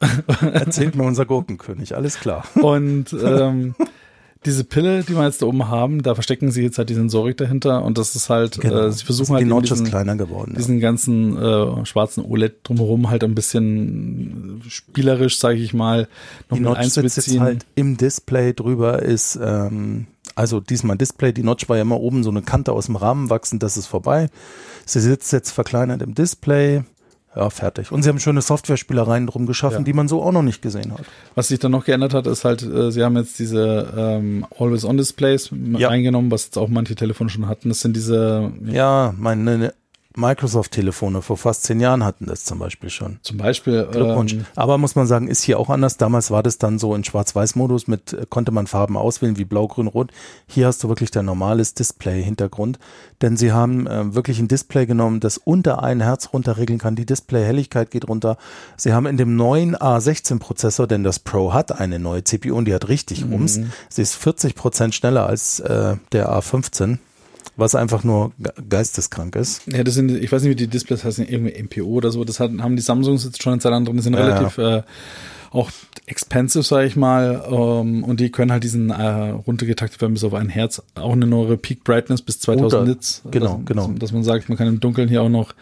ne?
Erzählt mir unser Gurkenkönig, alles klar.
Und ähm, diese Pille, die wir jetzt da oben haben, da verstecken sie jetzt halt die Sensorik dahinter und das ist halt, äh, sie versuchen halt
Die
eben
Notch Genau. ist
diesen,
kleiner geworden. Ja.
diesen ganzen äh, schwarzen OLED drumherum halt ein bisschen spielerisch, sage ich mal, noch mit
Die Notch sitzt jetzt
einzubeziehen.
halt im Display drüber, ist, ähm, also diesmal Display, die Notch war ja immer oben so eine Kante aus dem Rahmen wachsen, das ist vorbei. Sie sitzt jetzt verkleinert im Display. Ja, fertig. Und sie haben schöne Software-Spielereien drum geschaffen,
Ja.
die man so auch noch nicht gesehen hat.
Was sich dann noch geändert hat, ist halt, äh, sie haben jetzt diese ähm, Always-on-Displays
Ja.
eingenommen, was jetzt auch manche Telefone schon hatten. Das sind diese,
Ja, meine Microsoft-Telefone vor fast zehn Jahren hatten das zum Beispiel schon.
zum Beispiel,
Glückwunsch.
ähm,
Aber muss man sagen, ist hier auch anders. Damals war das dann so in Schwarz-Weiß-Modus mit, äh, konnte man Farben auswählen wie Blau, Grün, Rot. Hier hast du wirklich dein normales Display-Hintergrund. Denn sie haben äh, wirklich ein Display genommen, das unter ein Herz runterregeln kann. Die Display-Helligkeit geht runter. Sie haben in dem neuen A16-Prozessor, denn das Pro hat eine neue CPU und die hat richtig Rums. Sie ist 40 Prozent schneller als äh, der A15. Was einfach nur ge- geisteskrank ist.
ja, das sind, ich weiß nicht, wie die Displays heißen, irgendwie MPO oder so, das hat, haben die Samsungs jetzt schon eine Zeit lang drin, die sind
Ja,
relativ äh, auch expensive, sage ich mal, ähm, und die können halt diesen äh, runtergetaktet werden bis auf ein Herz, auch eine neuere Peak Brightness bis 2000
Oder-
Nits.
genau,
dass,
genau.
Dass man sagt, man kann im Dunkeln hier auch noch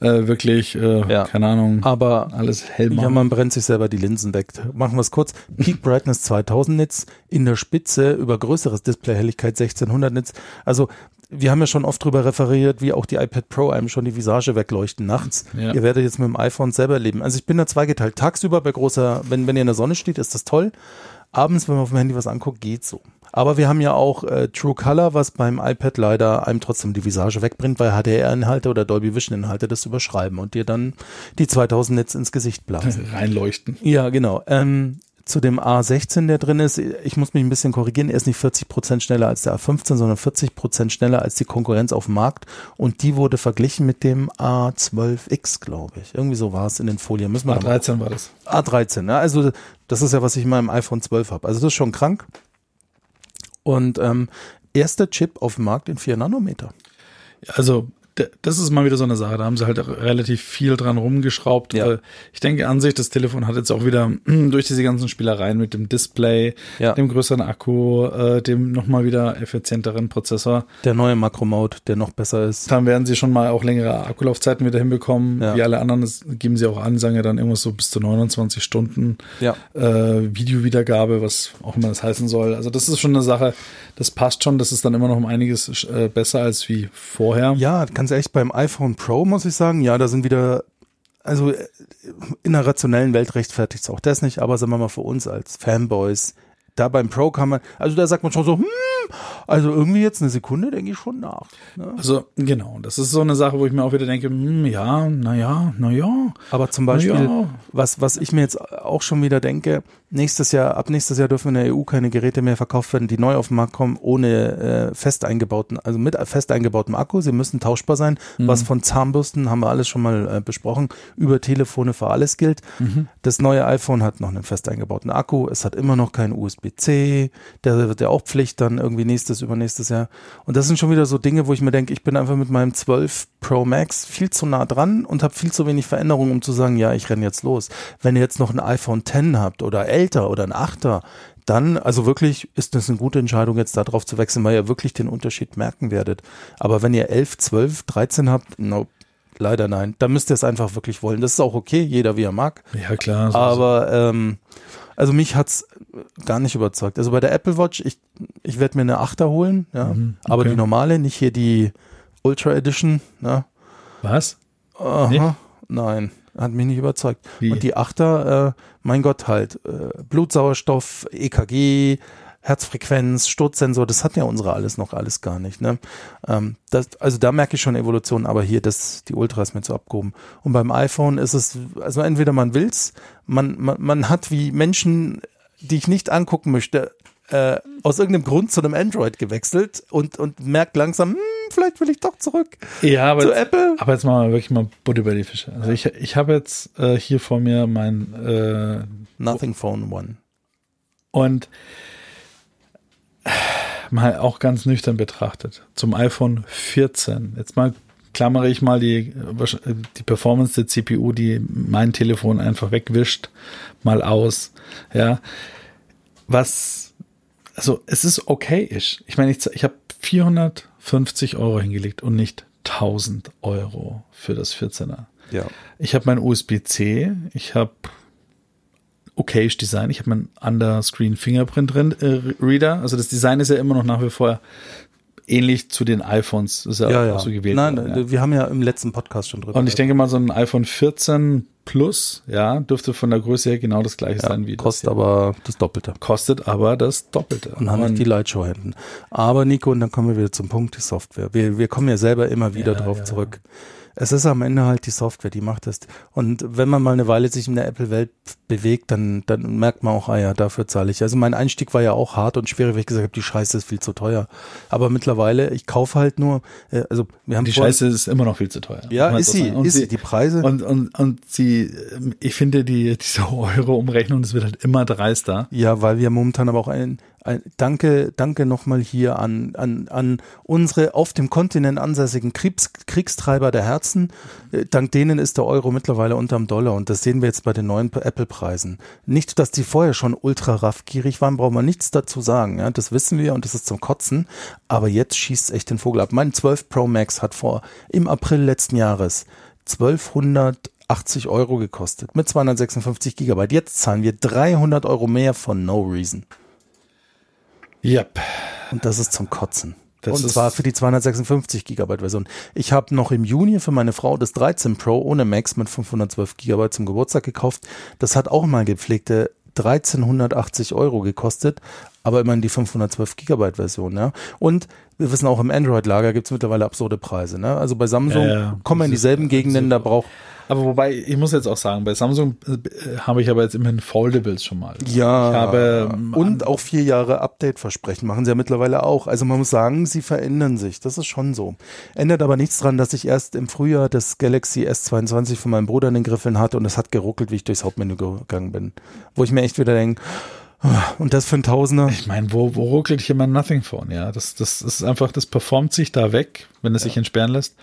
äh, wirklich, äh,
Ja.
keine Ahnung,
Aber
alles hell
Ja,
machen.
man brennt sich selber die Linsen weg. Machen wir es kurz. Peak Brightness 2000 Nits, in der Spitze über größeres Display Helligkeit 1600 Nits. Also wir haben ja schon oft drüber referiert, wie auch die iPad Pro einem schon die Visage wegleuchten nachts.
Ja.
Ihr werdet jetzt mit dem iPhone selber leben. Also ich bin da zweigeteilt. Tagsüber bei großer, wenn, wenn ihr in der Sonne steht, ist das toll. Abends, wenn man auf dem Handy was anguckt, geht so. Aber wir haben ja auch äh, True Color, was beim iPad leider einem trotzdem die Visage wegbringt, weil HDR-Inhalte oder Dolby Vision-Inhalte das überschreiben und dir dann die 2000 Nits ins Gesicht blasen.
reinleuchten.
Ja, genau. Ähm, zu dem A16, der drin ist, ich muss mich ein bisschen korrigieren, er ist nicht 40% schneller als der A15, sondern 40% schneller als die Konkurrenz auf dem Markt. Und die wurde verglichen mit dem A12X, glaube ich. Irgendwie so war es in den Folien. Müssen wir noch mal-
A13 war das.
A13, ja, also das ist ja, was ich in meinem iPhone 12 habe. Also das ist schon krank. Und ähm, erster Chip auf dem Markt in 4 Nanometer.
Also, d- das ist mal wieder so eine Sache. Da haben sie halt relativ viel dran rumgeschraubt.
Ja.
Äh, Ich denke an sich, das Telefon hat jetzt auch wieder durch diese ganzen Spielereien mit dem Display,
Ja.
dem größeren Akku, äh, dem nochmal wieder effizienteren Prozessor.
Der neue Makromode, der noch besser ist.
Dann werden sie schon mal auch längere Akkulaufzeiten wieder hinbekommen.
Ja.
Wie alle anderen, das geben sie auch an, sagen ja dann irgendwas so bis zu 29 Stunden
Ja.
äh, Videowiedergabe, was auch immer das heißen soll. Also das ist schon eine Sache, das passt schon, das ist dann immer noch um einiges äh, besser als wie vorher.
Ja, ganz ehrlich, beim iPhone Pro muss ich sagen, ja, da sind wieder, also äh, in der rationellen Welt rechtfertigt es auch das nicht, aber sagen wir mal für uns als Fanboys, da beim Pro kann man, also da sagt man schon so, hm, Also irgendwie jetzt eine Sekunde denke ich schon nach. Ne?
Also genau, das ist so eine Sache, wo ich mir auch wieder denke, hm, ja, naja, naja.
Aber zum Beispiel,
Ja.
was, was ich mir jetzt auch schon wieder denke, nächstes Jahr, ab nächstes Jahr dürfen in der EU keine Geräte mehr verkauft werden, die neu auf den Markt kommen, ohne äh, fest eingebauten, also mit fest eingebautem Akku. Sie müssen tauschbar sein. Was von Zahnbürsten haben wir alles schon mal äh, besprochen, über Telefone für alles gilt. Das neue iPhone hat noch einen fest eingebauten Akku, es hat immer noch keinen USB-C, der wird ja auch Pflicht dann irgendwie nächstes, übernächstes Jahr. Und das sind schon wieder so Dinge, wo ich mir denke, ich bin einfach mit meinem 12 Pro Max viel zu nah dran und habe viel zu wenig Veränderungen, um zu sagen, ja, ich renne jetzt los. Wenn ihr jetzt noch ein iPhone 10 habt oder älter oder ein 8er, dann, also wirklich, ist das eine gute Entscheidung, jetzt da drauf zu wechseln, weil ihr wirklich den Unterschied merken werdet. Aber wenn ihr 11, 12, 13 habt, no, leider nein. Dann müsst ihr es einfach wirklich wollen. Das ist auch okay, jeder wie er mag.
Ja, klar. so-
Aber ähm, also mich hat's gar nicht überzeugt. Also bei der Apple Watch, ich, ich werde mir eine 8er holen, ja, aber die normale, nicht hier die Ultra Edition, ne?
was?
Aha,
Nee?
nein, hat mich nicht überzeugt.
Wie?
Und die 8er, äh, mein Gott, halt, äh, Blutsauerstoff, EKG, Herzfrequenz, Sturzsensor, das hatten ja unsere alles noch alles gar nicht. Ne? Ähm, das, also da merke ich schon Evolution, aber hier, das, die Ultra ist mir zu abgehoben. Und beim iPhone ist es, also entweder man will's, man, man, man hat wie Menschen, die ich nicht angucken möchte, äh, aus irgendeinem Grund zu einem Android gewechselt und, und merkt langsam, hm, vielleicht will ich doch zurück.
Ja, aber
Zu
jetzt,
Apple?
aber jetzt machen wir wirklich mal Butter über die Fische. Also ich, ich habe jetzt äh, hier vor mir mein äh,
Nothing Phone One.
und äh, mal auch ganz nüchtern betrachtet zum iPhone 14. Jetzt mal klammere ich mal die, äh, die Performance der CPU, die mein Telefon einfach wegwischt, mal aus. Ja, was, also es ist okayisch. Ich meine, ich, ich habe 450 Euro hingelegt und nicht 1000 Euro für das 14er.
Ja.
Ich habe mein USB-C, ich habe okayisch Design, ich habe mein Underscreen Fingerprint drin, äh, Reader. Also das Design ist ja immer noch nach wie vor ähnlich zu den iPhones. Das Ist ja,
Ja,
auch
ja.
so gewählt.
Nein, äh,
worden, ja.
wir haben ja im letzten Podcast schon drüber.
Und ich denke mal, so ein iPhone 14 Plus, ja, dürfte von der Größe her genau das gleiche sein wie
kostet
das. hier.
aber das Doppelte.
Kostet aber das Doppelte.
Und haben nicht die Lightshow-Händen. Aber Nico, und dann kommen wir wieder zum Punkt, die Software. Wir, wir kommen ja selber immer wieder
Ja,
drauf
ja.
zurück. Es ist am Ende halt die Software, die macht es. Und wenn man mal eine Weile sich in der Apple-Welt bewegt, dann, dann merkt man auch, ah ja, dafür zahle ich. Also mein Einstieg war ja auch hart und schwer, weil ich gesagt habe, die Scheiße ist viel zu teuer. Aber mittlerweile, ich kaufe halt nur, äh, also wir haben
die
vorhin-
Scheiße ist immer noch viel zu teuer.
Ja,
Muss man
ist
so
sie,
sagen. Und
ist sie. Die Preise.
Und, und, und sie, ähm, ich finde die, diese Euro-Umrechnung, das wird halt immer dreister.
Ja, weil wir momentan aber auch ein, ein Danke, danke nochmal hier an, an, an unsere auf dem Kontinent ansässigen Kriegs, Kriegstreiber der Herzen. Äh, Dank denen ist der Euro mittlerweile unterm Dollar und das sehen wir jetzt bei den neuen Apple-Preisen. Nicht, dass die vorher schon ultra raffgierig waren, braucht man nichts dazu sagen. Ja? Das wissen wir und das ist zum Kotzen. Aber jetzt schießt echt den Vogel ab. Mein 12 Pro Max hat vor im April letzten Jahres 1200 80 Euro gekostet mit 256 Gigabyte. Jetzt zahlen wir 300 Euro mehr von No Reason.
Yep.
Und das ist zum Kotzen.
Das
und
ist-
zwar für die 256 Gigabyte Version. Ich habe noch im Juni für meine Frau das 13 Pro ohne Max mit 512 Gigabyte zum Geburtstag gekauft. Das hat auch mal gepflegte 1380 Euro gekostet, aber immerhin die 512 Gigabyte Version. Ja? Und wir wissen auch im Android-Lager gibt es mittlerweile absurde Preise. Ne? Also bei Samsung
Ja, ja.
kommen wir in
Das ist
dieselben Gegenden, da braucht
Aber wobei, ich muss jetzt auch sagen, bei Samsung äh, habe ich aber jetzt immerhin Foldables schon mal.
Ja.
Ich habe, ähm,
und auch vier Jahre Update-Versprechen machen sie ja mittlerweile auch. Also man muss sagen, sie verändern sich. Das ist schon so. Ändert aber nichts dran, dass ich erst im Frühjahr das Galaxy S22 von meinem Bruder in den Griffeln hatte und es hat geruckelt, wie ich durchs Hauptmenü gegangen bin. Wo ich mir echt wieder denke, und das für ein Tausender.
Ich meine, wo, wo ruckelt hier mein Nothing Phone? Ja, das, das ist einfach, das performt sich da weg, wenn es sich entsperren lässt.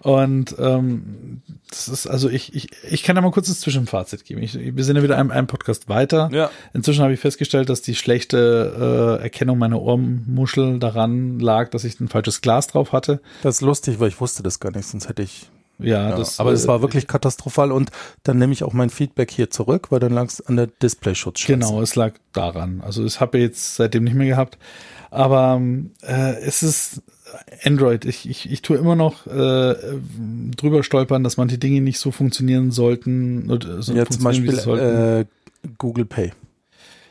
Und ähm, das ist, also ich, ich, ich kann da mal kurz das Zwischenfazit geben. Ich, wir sind ja wieder einem, einem Podcast weiter.
Ja.
Inzwischen habe ich festgestellt, dass die schlechte äh, Erkennung meiner Ohrmuschel daran lag, dass ich ein falsches Glas drauf hatte.
Das ist lustig, weil ich wusste das gar nicht, sonst hätte ich.
Ja,
Ja,
das,
aber es
äh,
war wirklich katastrophal und dann nehme ich auch mein Feedback hier zurück, weil dann lag es an der Display-Schutzscheiße.
Genau, es lag daran. Also das habe ich jetzt seitdem nicht mehr gehabt. Aber äh, es ist Android. Ich, ich, ich tue immer noch äh, drüber stolpern, dass manche Dinge nicht so funktionieren sollten. und, äh, So
Ja, zum äh,
funktionieren, wie sie
Beispiel
sollten.
äh, Google Pay.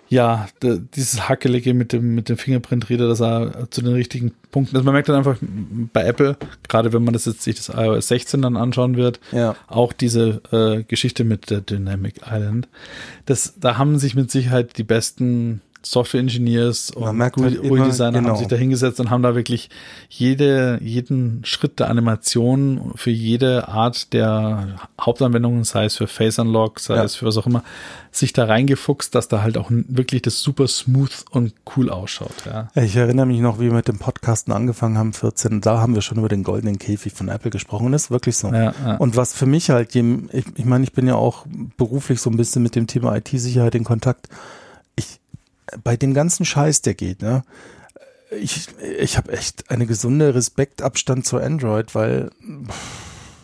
ja, dieses Hackelige mit dem, mit dem Fingerprint-Reader, dass er zu den richtigen Punkten, also man merkt dann einfach bei Apple, gerade wenn man das jetzt sich das iOS 16 dann anschauen wird,
Ja.
auch diese äh, Geschichte mit der Dynamic Island, das, da haben sich mit Sicherheit die besten Software-Engineers
Man
und
merkt halt immer,
UI-Designer
genau.
haben sich da hingesetzt und haben da wirklich jede, jeden Schritt der Animation für jede Art der Hauptanwendungen, sei es für Face Unlock, sei
Ja.
es für was auch immer, sich da reingefuchst, dass da halt auch n- wirklich das super smooth und cool ausschaut. Ja,
Ich erinnere mich noch, wie wir mit dem Podcasten angefangen haben, 14, da haben wir schon über den goldenen Käfig von Apple gesprochen. Und das ist wirklich so.
ja, ja.
Und was für mich halt, je- ich, ich meine, ich bin ja auch beruflich so ein bisschen mit dem Thema IT-Sicherheit in Kontakt. Ich, bei dem ganzen Scheiß, der geht, ne? Ich, ich habe echt eine gesunde Respektabstand zu Android, weil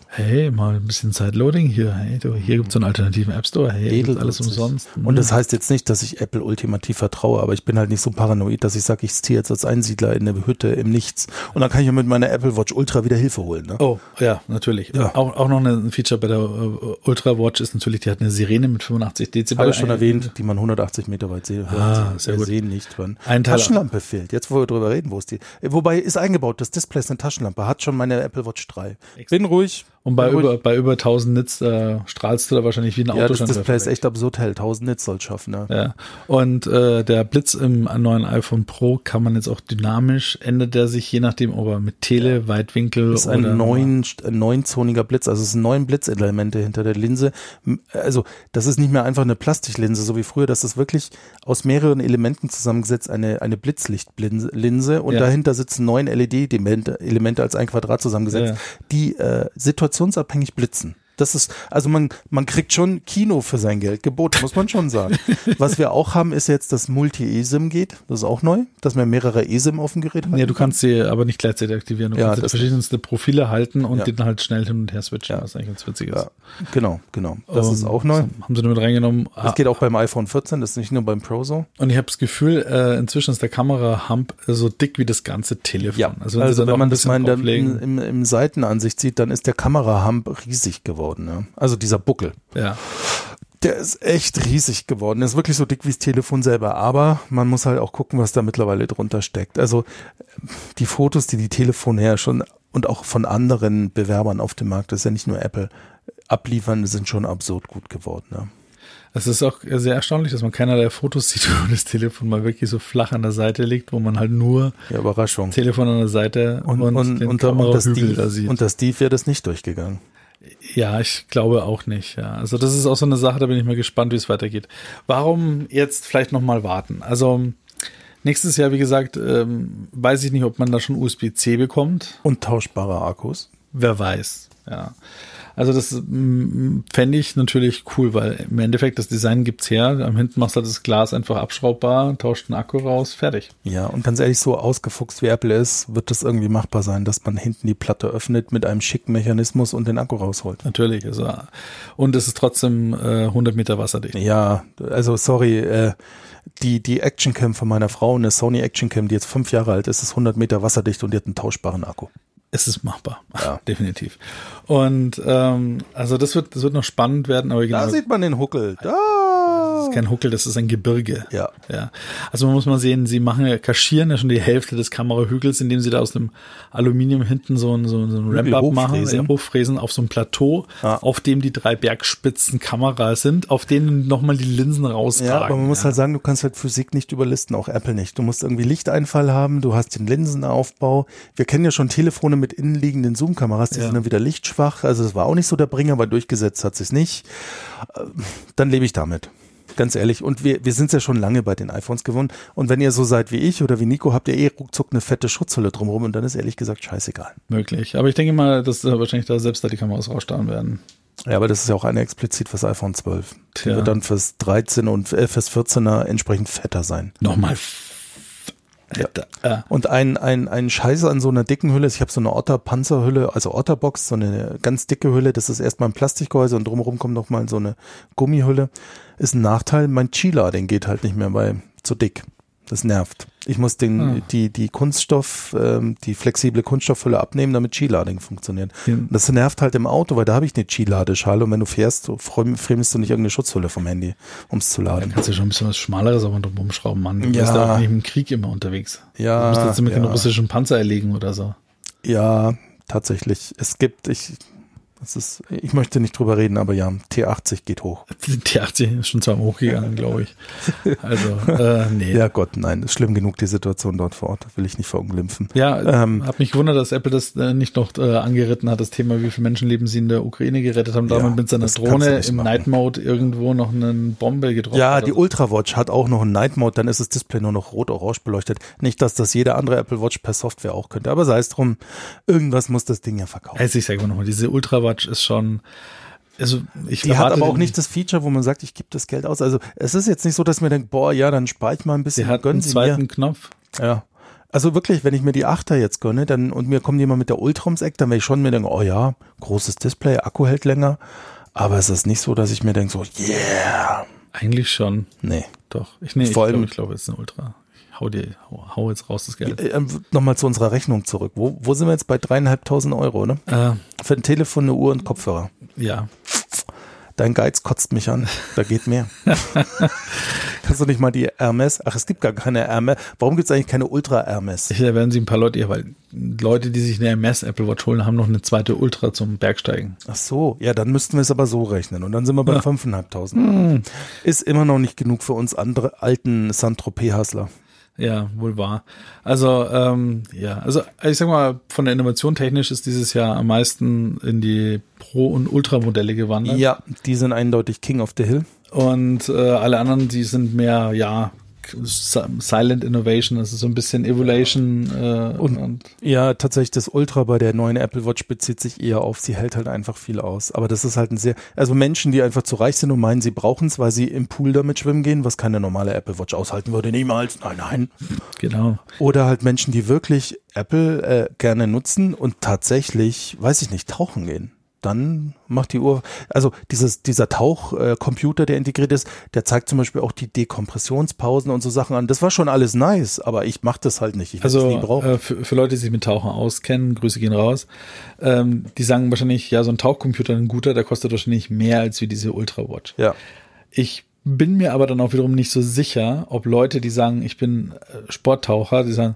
hey, mal ein bisschen Sideloading hier. Hey, du, hier gibt es einen alternativen App Store. Hey, hier gibt's alles
Edel-
umsonst. ne? Hm.
Und das heißt jetzt nicht, dass ich Apple ultimativ vertraue, aber ich bin halt nicht so paranoid, dass ich sage, ich ziehe jetzt als Einsiedler in eine Hütte im Nichts und dann kann ich mir mit meiner Apple Watch Ultra wieder Hilfe holen. Ne?
Oh, ja, natürlich.
Ja.
Auch, auch noch ein Feature bei der äh, Ultra Watch ist natürlich, die hat eine Sirene mit 85 Dezibel.
Habe ich schon
Ein-
erwähnt, die man 180 Meter weit sehen
Ah,
hört.
sehr
Wir
gut.
sehen nicht wann.
Ein Teil-
Taschenlampe fehlt. Jetzt, wo wir drüber reden, wo ist die? Äh, Wobei ist eingebaut, das Display ist eine Taschenlampe. Hat schon meine Apple Watch 3. Bin ruhig.
Und bei
bin ruhig.
über, bei über 1000 Nits äh, strahlst du da wahrscheinlich wie ein
ja, das
Autoscheinwerfer.
Display ist echt absurd hell. 1000 Nits soll schaffen. Ne?
Ja. Und äh, der Blitz im neuen iPhone Pro kann man jetzt auch dynamisch, ändert er sich je nachdem, ob er mit Tele, Weitwinkel
ist ein
oder
neun, ein neunzoniger Blitz, also es sind neun Blitzelemente hinter der Linse. M- Also das ist nicht mehr einfach eine Plastiklinse, so wie früher, das ist wirklich aus mehreren Elementen zusammengesetzt, eine, eine Blitzlichtlinse Linse. und
Ja.
dahinter sitzen neun LED-Elemente Elemente als ein Quadrat zusammengesetzt,
Ja.
die äh, situationsabhängig blitzen. Das ist, also man, man kriegt schon Kino für sein Geld geboten, muss man schon sagen. Was wir auch haben, ist jetzt, dass Multi-ESIM geht. Das ist auch neu, dass man mehrere ESIM auf dem Gerät hat.
Ja, du kannst sie aber nicht gleichzeitig aktivieren. Du
Ja,
kannst
das-
kannst verschiedenste Profile halten und
Ja.
die dann halt schnell hin und her switchen, was eigentlich ganz witzig ist.
Ja, genau, genau. Das ist
Ähm,
auch neu.
Haben sie damit reingenommen. Ah,
Das geht auch beim iPhone 14, das ist nicht nur beim Pro so.
Und ich habe das Gefühl, äh, inzwischen ist der Kamera-Hump so dick wie das ganze Telefon.
also,
sie da noch
wenn
ein
man das
bisschen
mal in der,
drauflegen-
im, im Seitenansicht sieht, dann ist der Kamerahump riesig geworden. Ne? Also dieser Buckel.
ja.
Der ist echt riesig geworden. Der ist wirklich so dick wie das Telefon selber. Aber man muss halt auch gucken, was da mittlerweile drunter steckt. Also die Fotos, die die Telefone ja schon und auch von anderen Bewerbern auf dem Markt, das ist ja nicht nur Apple, äh, abliefern, sind schon absurd gut geworden. Ne?
Es ist auch sehr erstaunlich, dass man keinerlei Fotos sieht, wo das Telefon mal wirklich so flach an der Seite liegt, wo man halt nur
Ja, Überraschung.
Telefon an der Seite und, den
das
Kamerahügel da
Steve,
sieht.
und das Steve wäre das nicht durchgegangen.
ja, ich glaube auch nicht. Ja. Also das ist auch so eine Sache, da bin ich mal gespannt, wie es weitergeht. Warum jetzt vielleicht nochmal warten? Also nächstes Jahr, wie gesagt, ähm, weiß ich nicht, ob man da schon USB-C bekommt.
Und tauschbare Akkus.
Wer weiß, ja. Also das mm, fände ich natürlich cool, weil im Endeffekt das Design gibt's her. Am hinten machst du halt das Glas einfach abschraubbar, tauscht den Akku raus, fertig.
Ja, und ganz ehrlich, so ausgefuchst wie Apple ist, wird das irgendwie machbar sein, dass man hinten die Platte öffnet mit einem schicken Mechanismus und den Akku rausholt.
Natürlich. Also, und es ist trotzdem äh, 100 Meter wasserdicht.
Ja, also sorry, äh, die, die Actioncam von meiner Frau, eine Sony Actioncam, die jetzt fünf Jahre alt ist, ist 100 Meter wasserdicht und die hat einen tauschbaren Akku.
Es ist machbar,
Ja.
definitiv. Und ähm, also das wird, das wird noch spannend werden, aber genau,
Da
das
sieht man den Huckel. Da.
ist kein Huckel, das ist ein Gebirge.
Oh. Ja.
Ja. Also man muss mal sehen, sie machen ja, kaschieren ja schon die Hälfte des Kamerahügels, indem sie da aus dem Aluminium hinten so ein, so ein, so ein
Hügel
Ramp-Up machen,
hochfräsen. Ah.
ja, hochfräsen auf so einem Plateau,
Ja.
auf dem die drei Bergspitzen Kameras sind, auf denen nochmal die Linsen raustragen.
Ja, aber man muss
ja.
halt sagen, du kannst halt Physik nicht überlisten, auch Apple nicht. Du musst irgendwie Lichteinfall haben, du hast den Linsenaufbau. Wir kennen ja schon Telefone mit innenliegenden Zoom-Kameras, die
Ja.
sind dann wieder lichtschwach. Also das war auch nicht so der Bringer, aber durchgesetzt hat sich's nicht. Äh, Dann lebe ich damit. Ganz ehrlich. Und wir, wir sind ja schon lange bei den iPhones gewohnt. Und wenn ihr so seid wie ich oder wie Nico, habt ihr eh ruckzuck eine fette Schutzhülle drumherum und dann ist ehrlich gesagt scheißegal.
möglich. Aber ich denke mal, dass äh, wahrscheinlich da selbst da die Kameras rausstarren werden.
Ja, aber das ist ja auch eine explizit fürs iPhone 12. Die
Tja.
wird dann fürs 13 und äh, fürs 14er entsprechend fetter sein.
Nochmal. Alter, äh,
Und ein, ein, ein Scheiß an so einer dicken Hülle ist, ich habe so eine Otter-Panzerhülle, also Otterbox, so eine ganz dicke Hülle, das ist erstmal ein Plastikgehäuse und drumherum kommt nochmal so eine Gummihülle. Ist ein Nachteil, mein Chila, den geht halt nicht mehr, weil zu dick. Das nervt. Ich muss den,
Ah.
die, die Kunststoff, ähm, die flexible Kunststoffhülle abnehmen, damit Skilading funktioniert.
Ja.
Und Das nervt halt im Auto, weil da habe ich eine Skiladeschale und wenn du fährst, so frem- fremst du nicht irgendeine Schutzhülle vom Handy, um es zu laden.
Kannst du schon ein bisschen was Schmaleres aber drum schrauben, Mann. Du
Ja.
bist ja auch nicht im Krieg immer unterwegs.
Ja,
Du musst jetzt immer
ja.
keinen russischen Panzer erlegen oder so.
Ja, tatsächlich. Es gibt, ich, es ist, ich möchte nicht drüber reden, aber ja, T80 geht hoch.
Die T80 ist schon zweimal hochgegangen, glaube ich. Also, äh, nee.
Ja Gott, nein, ist schlimm genug die Situation dort vor Ort, will ich nicht verunglimpfen.
Ja,
Ähm.
hab mich gewundert, dass Apple das äh, nicht noch äh, angeritten hat, das Thema, wie viele Menschenleben sie in der Ukraine gerettet haben, da
Ja,
man mit seiner
das kannst du
Drohne
nicht
im
machen.
Night Mode irgendwo noch eine Bombe getroffen
Ja,
hat. Also,
die Ultrawatch hat auch noch einen Night Mode, dann ist das Display nur noch rot-orange beleuchtet. Nicht, dass das jede andere Apple Watch per Software auch könnte, aber sei es drum, irgendwas muss das Ding ja verkaufen.
Also ich sage immer nochmal, diese Ultrawatch ist schon, also ich
Die hat
erwarte
aber auch
den-
nicht das Feature, wo man sagt, ich gebe das Geld aus. Also es ist jetzt nicht so, dass mir denkt, boah, ja, dann spare ich mal ein bisschen,
Sie hat
gönnen
einen
Sie
zweiten Knopf.
mir. Ja. Also wirklich, wenn ich mir die Achter jetzt gönne, dann und mir kommt jemand mit der Ultra ums Eck, dann werde ich schon mir denken, oh ja, großes Display, Akku hält länger. Aber es ist nicht so, dass ich mir denke, so, yeah.
Eigentlich schon.
Nee.
Doch. Ich, nee,
Vor
ich
allem-
glaube, ich glaube, es ist eine Ultra. Ich hau dir, hau, hau jetzt raus das Geld.
Äh, Nochmal zu unserer Rechnung zurück. Wo, wo sind wir jetzt bei dreieinhalbtausend Euro, ne?
Ja. Äh,
Für ein Telefon, eine Uhr und Kopfhörer.
ja.
Dein Geiz kotzt mich an. Da geht mehr. Kannst du nicht mal die Hermes? Ach, es gibt gar keine Hermes. Warum gibt es eigentlich keine Ultra Hermes?
Sicher werden sie ein paar Leute, ja, weil Leute, die sich eine MS Apple Watch holen, haben noch eine zweite Ultra zum Bergsteigen.
Ach so, ja, dann müssten wir es aber so rechnen. Und dann sind wir bei 5.500. Ist immer noch nicht genug für uns andere alten Saint-Tropez-Hassler.
Ja, wohl wahr. Also, ähm, ja, also ich sag mal, von der Innovation technisch ist dieses Jahr am meisten in die Pro- und Ultra-Modelle gewandert.
Ja, ne? die sind eindeutig King of the Hill.
Und äh, alle anderen, die sind mehr, ja, si- Silent Innovation, das ist so ein bisschen Evolution äh,
Und-
und,
Ja, tatsächlich, das Ultra bei der neuen Apple Watch bezieht sich eher auf, sie hält halt einfach viel aus. Aber das ist halt ein sehr, also Menschen, die einfach zu reich sind und meinen, sie brauchen es, weil sie im Pool damit schwimmen gehen, was keine normale Apple Watch aushalten würde, niemals, nein, nein.
genau.
Oder halt Menschen, die wirklich Apple äh, gerne nutzen und tatsächlich, weiß ich nicht, tauchen gehen. Dann macht die Uhr, also dieses, dieser Tauchcomputer, äh, Computer, der integriert ist, der zeigt zum Beispiel auch die Dekompressionspausen und so Sachen an. Das war schon alles nice, aber ich mach das halt nicht. Ich will das nie
Also
brauchen.
äh, für, für Leute, die sich mit Tauchen auskennen, Grüße gehen raus. Ähm, die sagen wahrscheinlich, ja, so ein Tauchcomputer, ein guter, der kostet wahrscheinlich mehr als wie diese Ultrawatch.
ja.
Ich bin mir aber dann auch wiederum nicht so sicher, ob Leute, die sagen, ich bin äh, Sporttaucher, die sagen,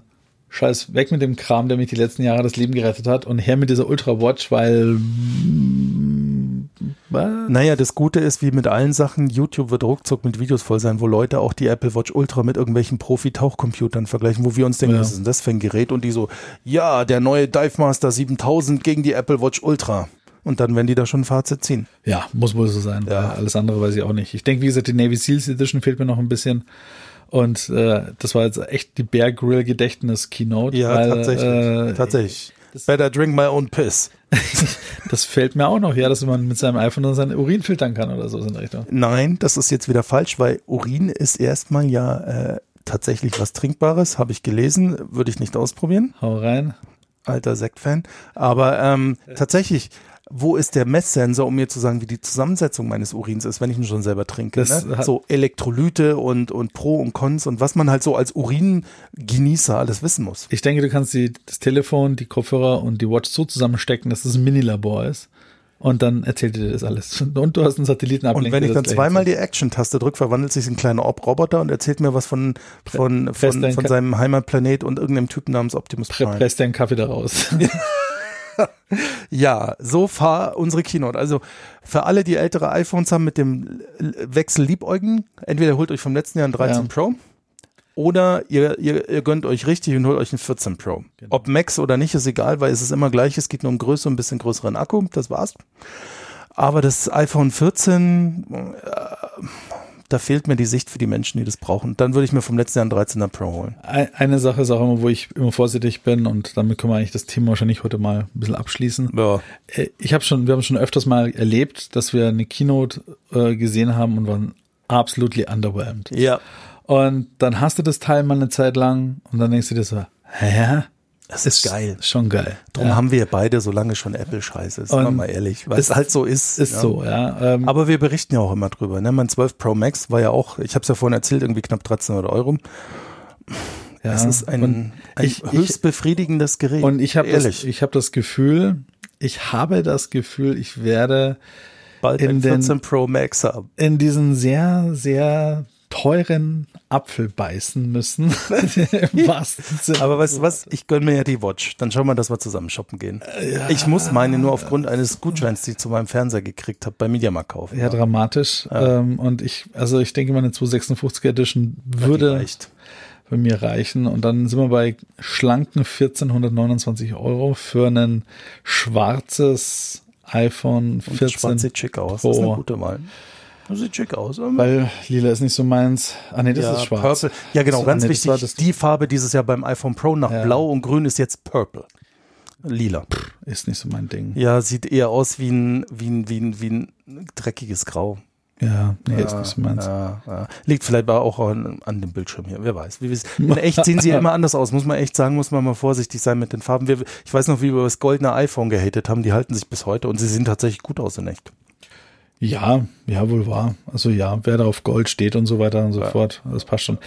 scheiß weg mit dem Kram, der mich die letzten Jahre das Leben gerettet hat und her mit dieser Ultrawatch, weil mm, was?
Naja, das Gute ist, wie mit allen Sachen, YouTube wird ruckzuck mit Videos voll sein, wo Leute auch die Apple Watch Ultra mit irgendwelchen Profi-Tauchcomputern vergleichen, wo wir uns denken,
Ja.
was ist denn das für ein Gerät? Und die so, ja, der neue Dive Master 7000 gegen die Apple Watch Ultra. Und dann werden die da schon ein Fazit ziehen.
Ja, muss wohl so sein.
Ja.
Äh, Alles andere weiß ich auch nicht. Ich denke, wie gesagt, die Navy Seals Edition fehlt mir noch ein bisschen. Und äh, das war jetzt echt die Bear Grill Gedächtnis Keynote.
Ja,
weil,
tatsächlich.
Äh,
tatsächlich. Better drink my own piss.
Das fällt mir auch noch, ja, dass man mit seinem iPhone dann seinen Urin filtern kann oder so in der Richtung.
Nein, das ist jetzt wieder falsch, weil Urin ist erstmal ja äh, tatsächlich was Trinkbares, habe ich gelesen, würde ich nicht ausprobieren.
Hau rein.
alter Sekt-Fan. Aber ähm, tatsächlich, wo ist der Messsensor, um mir zu sagen, wie die Zusammensetzung meines Urins ist, wenn ich ihn schon selber trinke?
Das
Ne?
hat-
So Elektrolyte und, und Pro und Cons und was man halt so als Uringenießer alles wissen muss.
Ich denke, du kannst die, das Telefon, die Kopfhörer und die Watch so zusammenstecken, dass es ein Mini-Labor ist. Und dann erzählt dir das alles. Und du hast einen Satelliten
Und wenn ich dann zweimal
die
die Action-Taste drücke, verwandelt sich in einen kleinen Ob- Roboter und erzählt mir was von, von,
Fester
von,
in
von
Ka-
seinem Heimatplanet und irgendeinem Typen namens Optimus Prime.
Presst dir einen Kaffee daraus.
Ja, so fahr unsere Keynote. Also für alle, die ältere iPhones haben mit dem L- Wechsel liebäugen, entweder holt euch vom letzten Jahr ein 13
Ja.
Pro oder ihr, ihr, ihr gönnt euch richtig und holt euch ein 14 Pro. Ob Max oder nicht, ist egal, weil es ist immer gleich. Es geht nur um Größe und ein bisschen größeren Akku. Das war's. Aber das iPhone 14, äh, da fehlt mir die Sicht für die Menschen, die das brauchen. Dann würde ich mir vom letzten Jahr ein 13er Pro holen.
Ei- Eine Sache ist auch immer, wo ich immer vorsichtig bin und damit können wir eigentlich das Thema wahrscheinlich heute mal ein bisschen abschließen.
Ja.
Äh, Ich habe schon, wir haben schon öfters mal erlebt, dass wir eine Keynote äh, gesehen haben und waren absolutely underwhelmed.
Ja.
Und dann hast du das Teil mal eine Zeit lang und dann denkst du dir so, hä?
Das ist geil.
Schon geil.
Drum haben wir beide so lange schon Apple-Scheiße, sind wir
Und
mal ehrlich, weil es
ist-
halt so ist.
Ist
ja.
so, ja. Ähm,
Aber wir berichten ja auch immer drüber. Ne? Mein 12 Pro Max war ja auch, ich habe es ja vorhin erzählt, irgendwie knapp 1300 Euro.
Ja,
es ist ein,
und
ein
ich- ich-
höchst befriedigendes Gerät.
Und ich habe das,
ehrlich
ich hab das Gefühl, ich habe das Gefühl, ich werde
bald
in
ein
den-
14 Pro Max haben.
in diesen sehr, sehr teuren Apfel beißen müssen. Im wahrsten Sinne.
Aber weißt du was? Ich gönn mir ja die Watch. Dann schauen wir, dass wir zusammen shoppen gehen. Ich muss meine nur aufgrund eines Gutscheins, die ich zu meinem Fernseher gekriegt habe, beim Mediamarkt kaufen.
ja, dramatisch. Ähm, und ich, also ich denke, meine 256 Edition
Die
würde
reicht.
bei mir reichen. Und dann sind wir bei schlanken 1429 Euro für ein schwarzes iPhone
Und
14
schwarz sieht schick aus. Das ist eine
Pro.
gute Wahl. Das sieht schick aus.
Weil lila ist nicht so meins. Ah, nee, das
ja,
ist schwarz.
Purple. Ja, genau,
Das-
ganz
nee, das
wichtig.
war das-
die Farbe dieses Jahr beim iPhone Pro nach
Ja.
Blau und Grün ist jetzt Purple. Lila.
Ist nicht so mein Ding.
Ja, sieht eher aus wie ein, wie ein, wie ein, wie ein dreckiges Grau.
Ja, nee, ist
Ja,
nicht so meins.
ja, ja. Liegt vielleicht aber auch an, an dem Bildschirm hier, wer weiß. Wie wir- in echt sehen sie ja immer anders aus, muss man echt sagen, muss man mal vorsichtig sein mit den Farben. Wir, ich weiß noch, wie wir über das goldene iPhone gehatet haben, die halten sich bis heute und sie sehen tatsächlich gut aus in echt.
Ja, ja, wohl wahr. Also ja, wer da auf Gold steht und so weiter und so fort, das passt schon.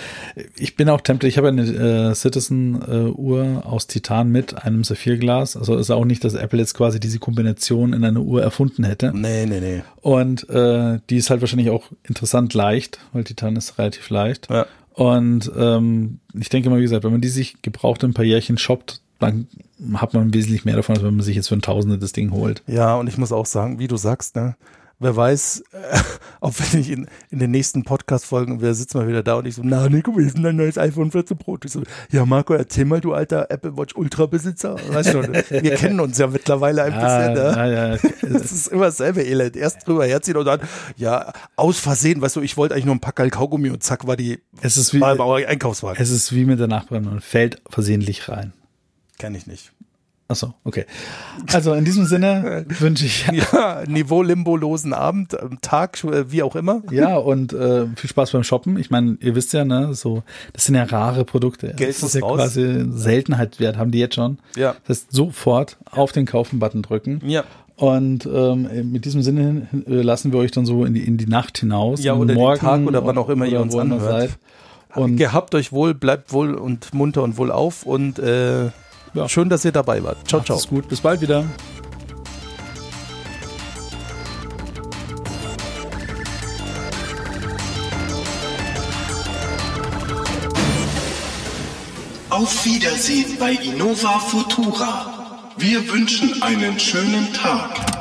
Ich bin auch tempted, ich habe eine äh, Citizen-Uhr aus Titan mit einem Saphirglas. Also ist auch nicht, dass Apple jetzt quasi diese Kombination in einer Uhr erfunden hätte.
Nee, nee, nee.
Und äh, die ist halt wahrscheinlich auch interessant leicht, weil Titan ist relativ leicht.
Ja.
Und ähm, ich denke mal, wie gesagt, wenn man die sich gebraucht in ein paar Jährchen shoppt, dann hat man wesentlich mehr davon, als wenn man sich jetzt für ein Tausende das Ding holt.
Ja, und ich muss auch sagen, wie du sagst, ne? Wer weiß, äh, ob wir nicht in, in den nächsten Podcast-Folgen, wir sitzen mal wieder da und ich so, na Nico, wir sind ein neues iPhone 14 Pro. Und Ich so, ja Marco, erzähl mal, du alter Apple Watch Ultra-Besitzer. Weißt du, wir kennen uns ja mittlerweile ein bisschen, ne?
ja, ja, ja.
Das ist immer dasselbe Elend. Erst drüber herziehen und dann, ja, aus Versehen, weißt du, ich wollte eigentlich nur ein Packerl Kaugummi und zack war die,
Es ist wie-
war im Einkaufswagen.
Es ist wie mit der Nachbarin, man fällt versehentlich rein.
Kenn ich nicht.
Achso, okay. Also in diesem Sinne wünsche ich
Ja, Niveau limbolosen Abend, ähm, Tag, äh, wie auch immer.
ja und äh, viel Spaß beim Shoppen. Ich meine, ihr wisst ja, ne, so das sind ja rare Produkte.
Geld
das
muss
ist ja
raus.
quasi Seltenheitswert, haben die jetzt schon.
Ja.
Das heißt, sofort auf den Kaufen-Button drücken.
Ja.
Und ähm, mit diesem Sinne hin- äh, lassen wir euch dann so in die, in die Nacht hinaus.
Ja,
in den
oder den
Morgen
Tag oder wann auch immer ihr uns
wo immer
anhört.
seid. Und
Gehabt euch wohl, bleibt wohl und munter und wohl auf und äh,
Ja.
schön, dass ihr dabei wart. Ciao, ciao.
macht's gut. Bis bald wieder.
Auf Wiedersehen bei Innova Futura. Wir wünschen einen schönen Tag.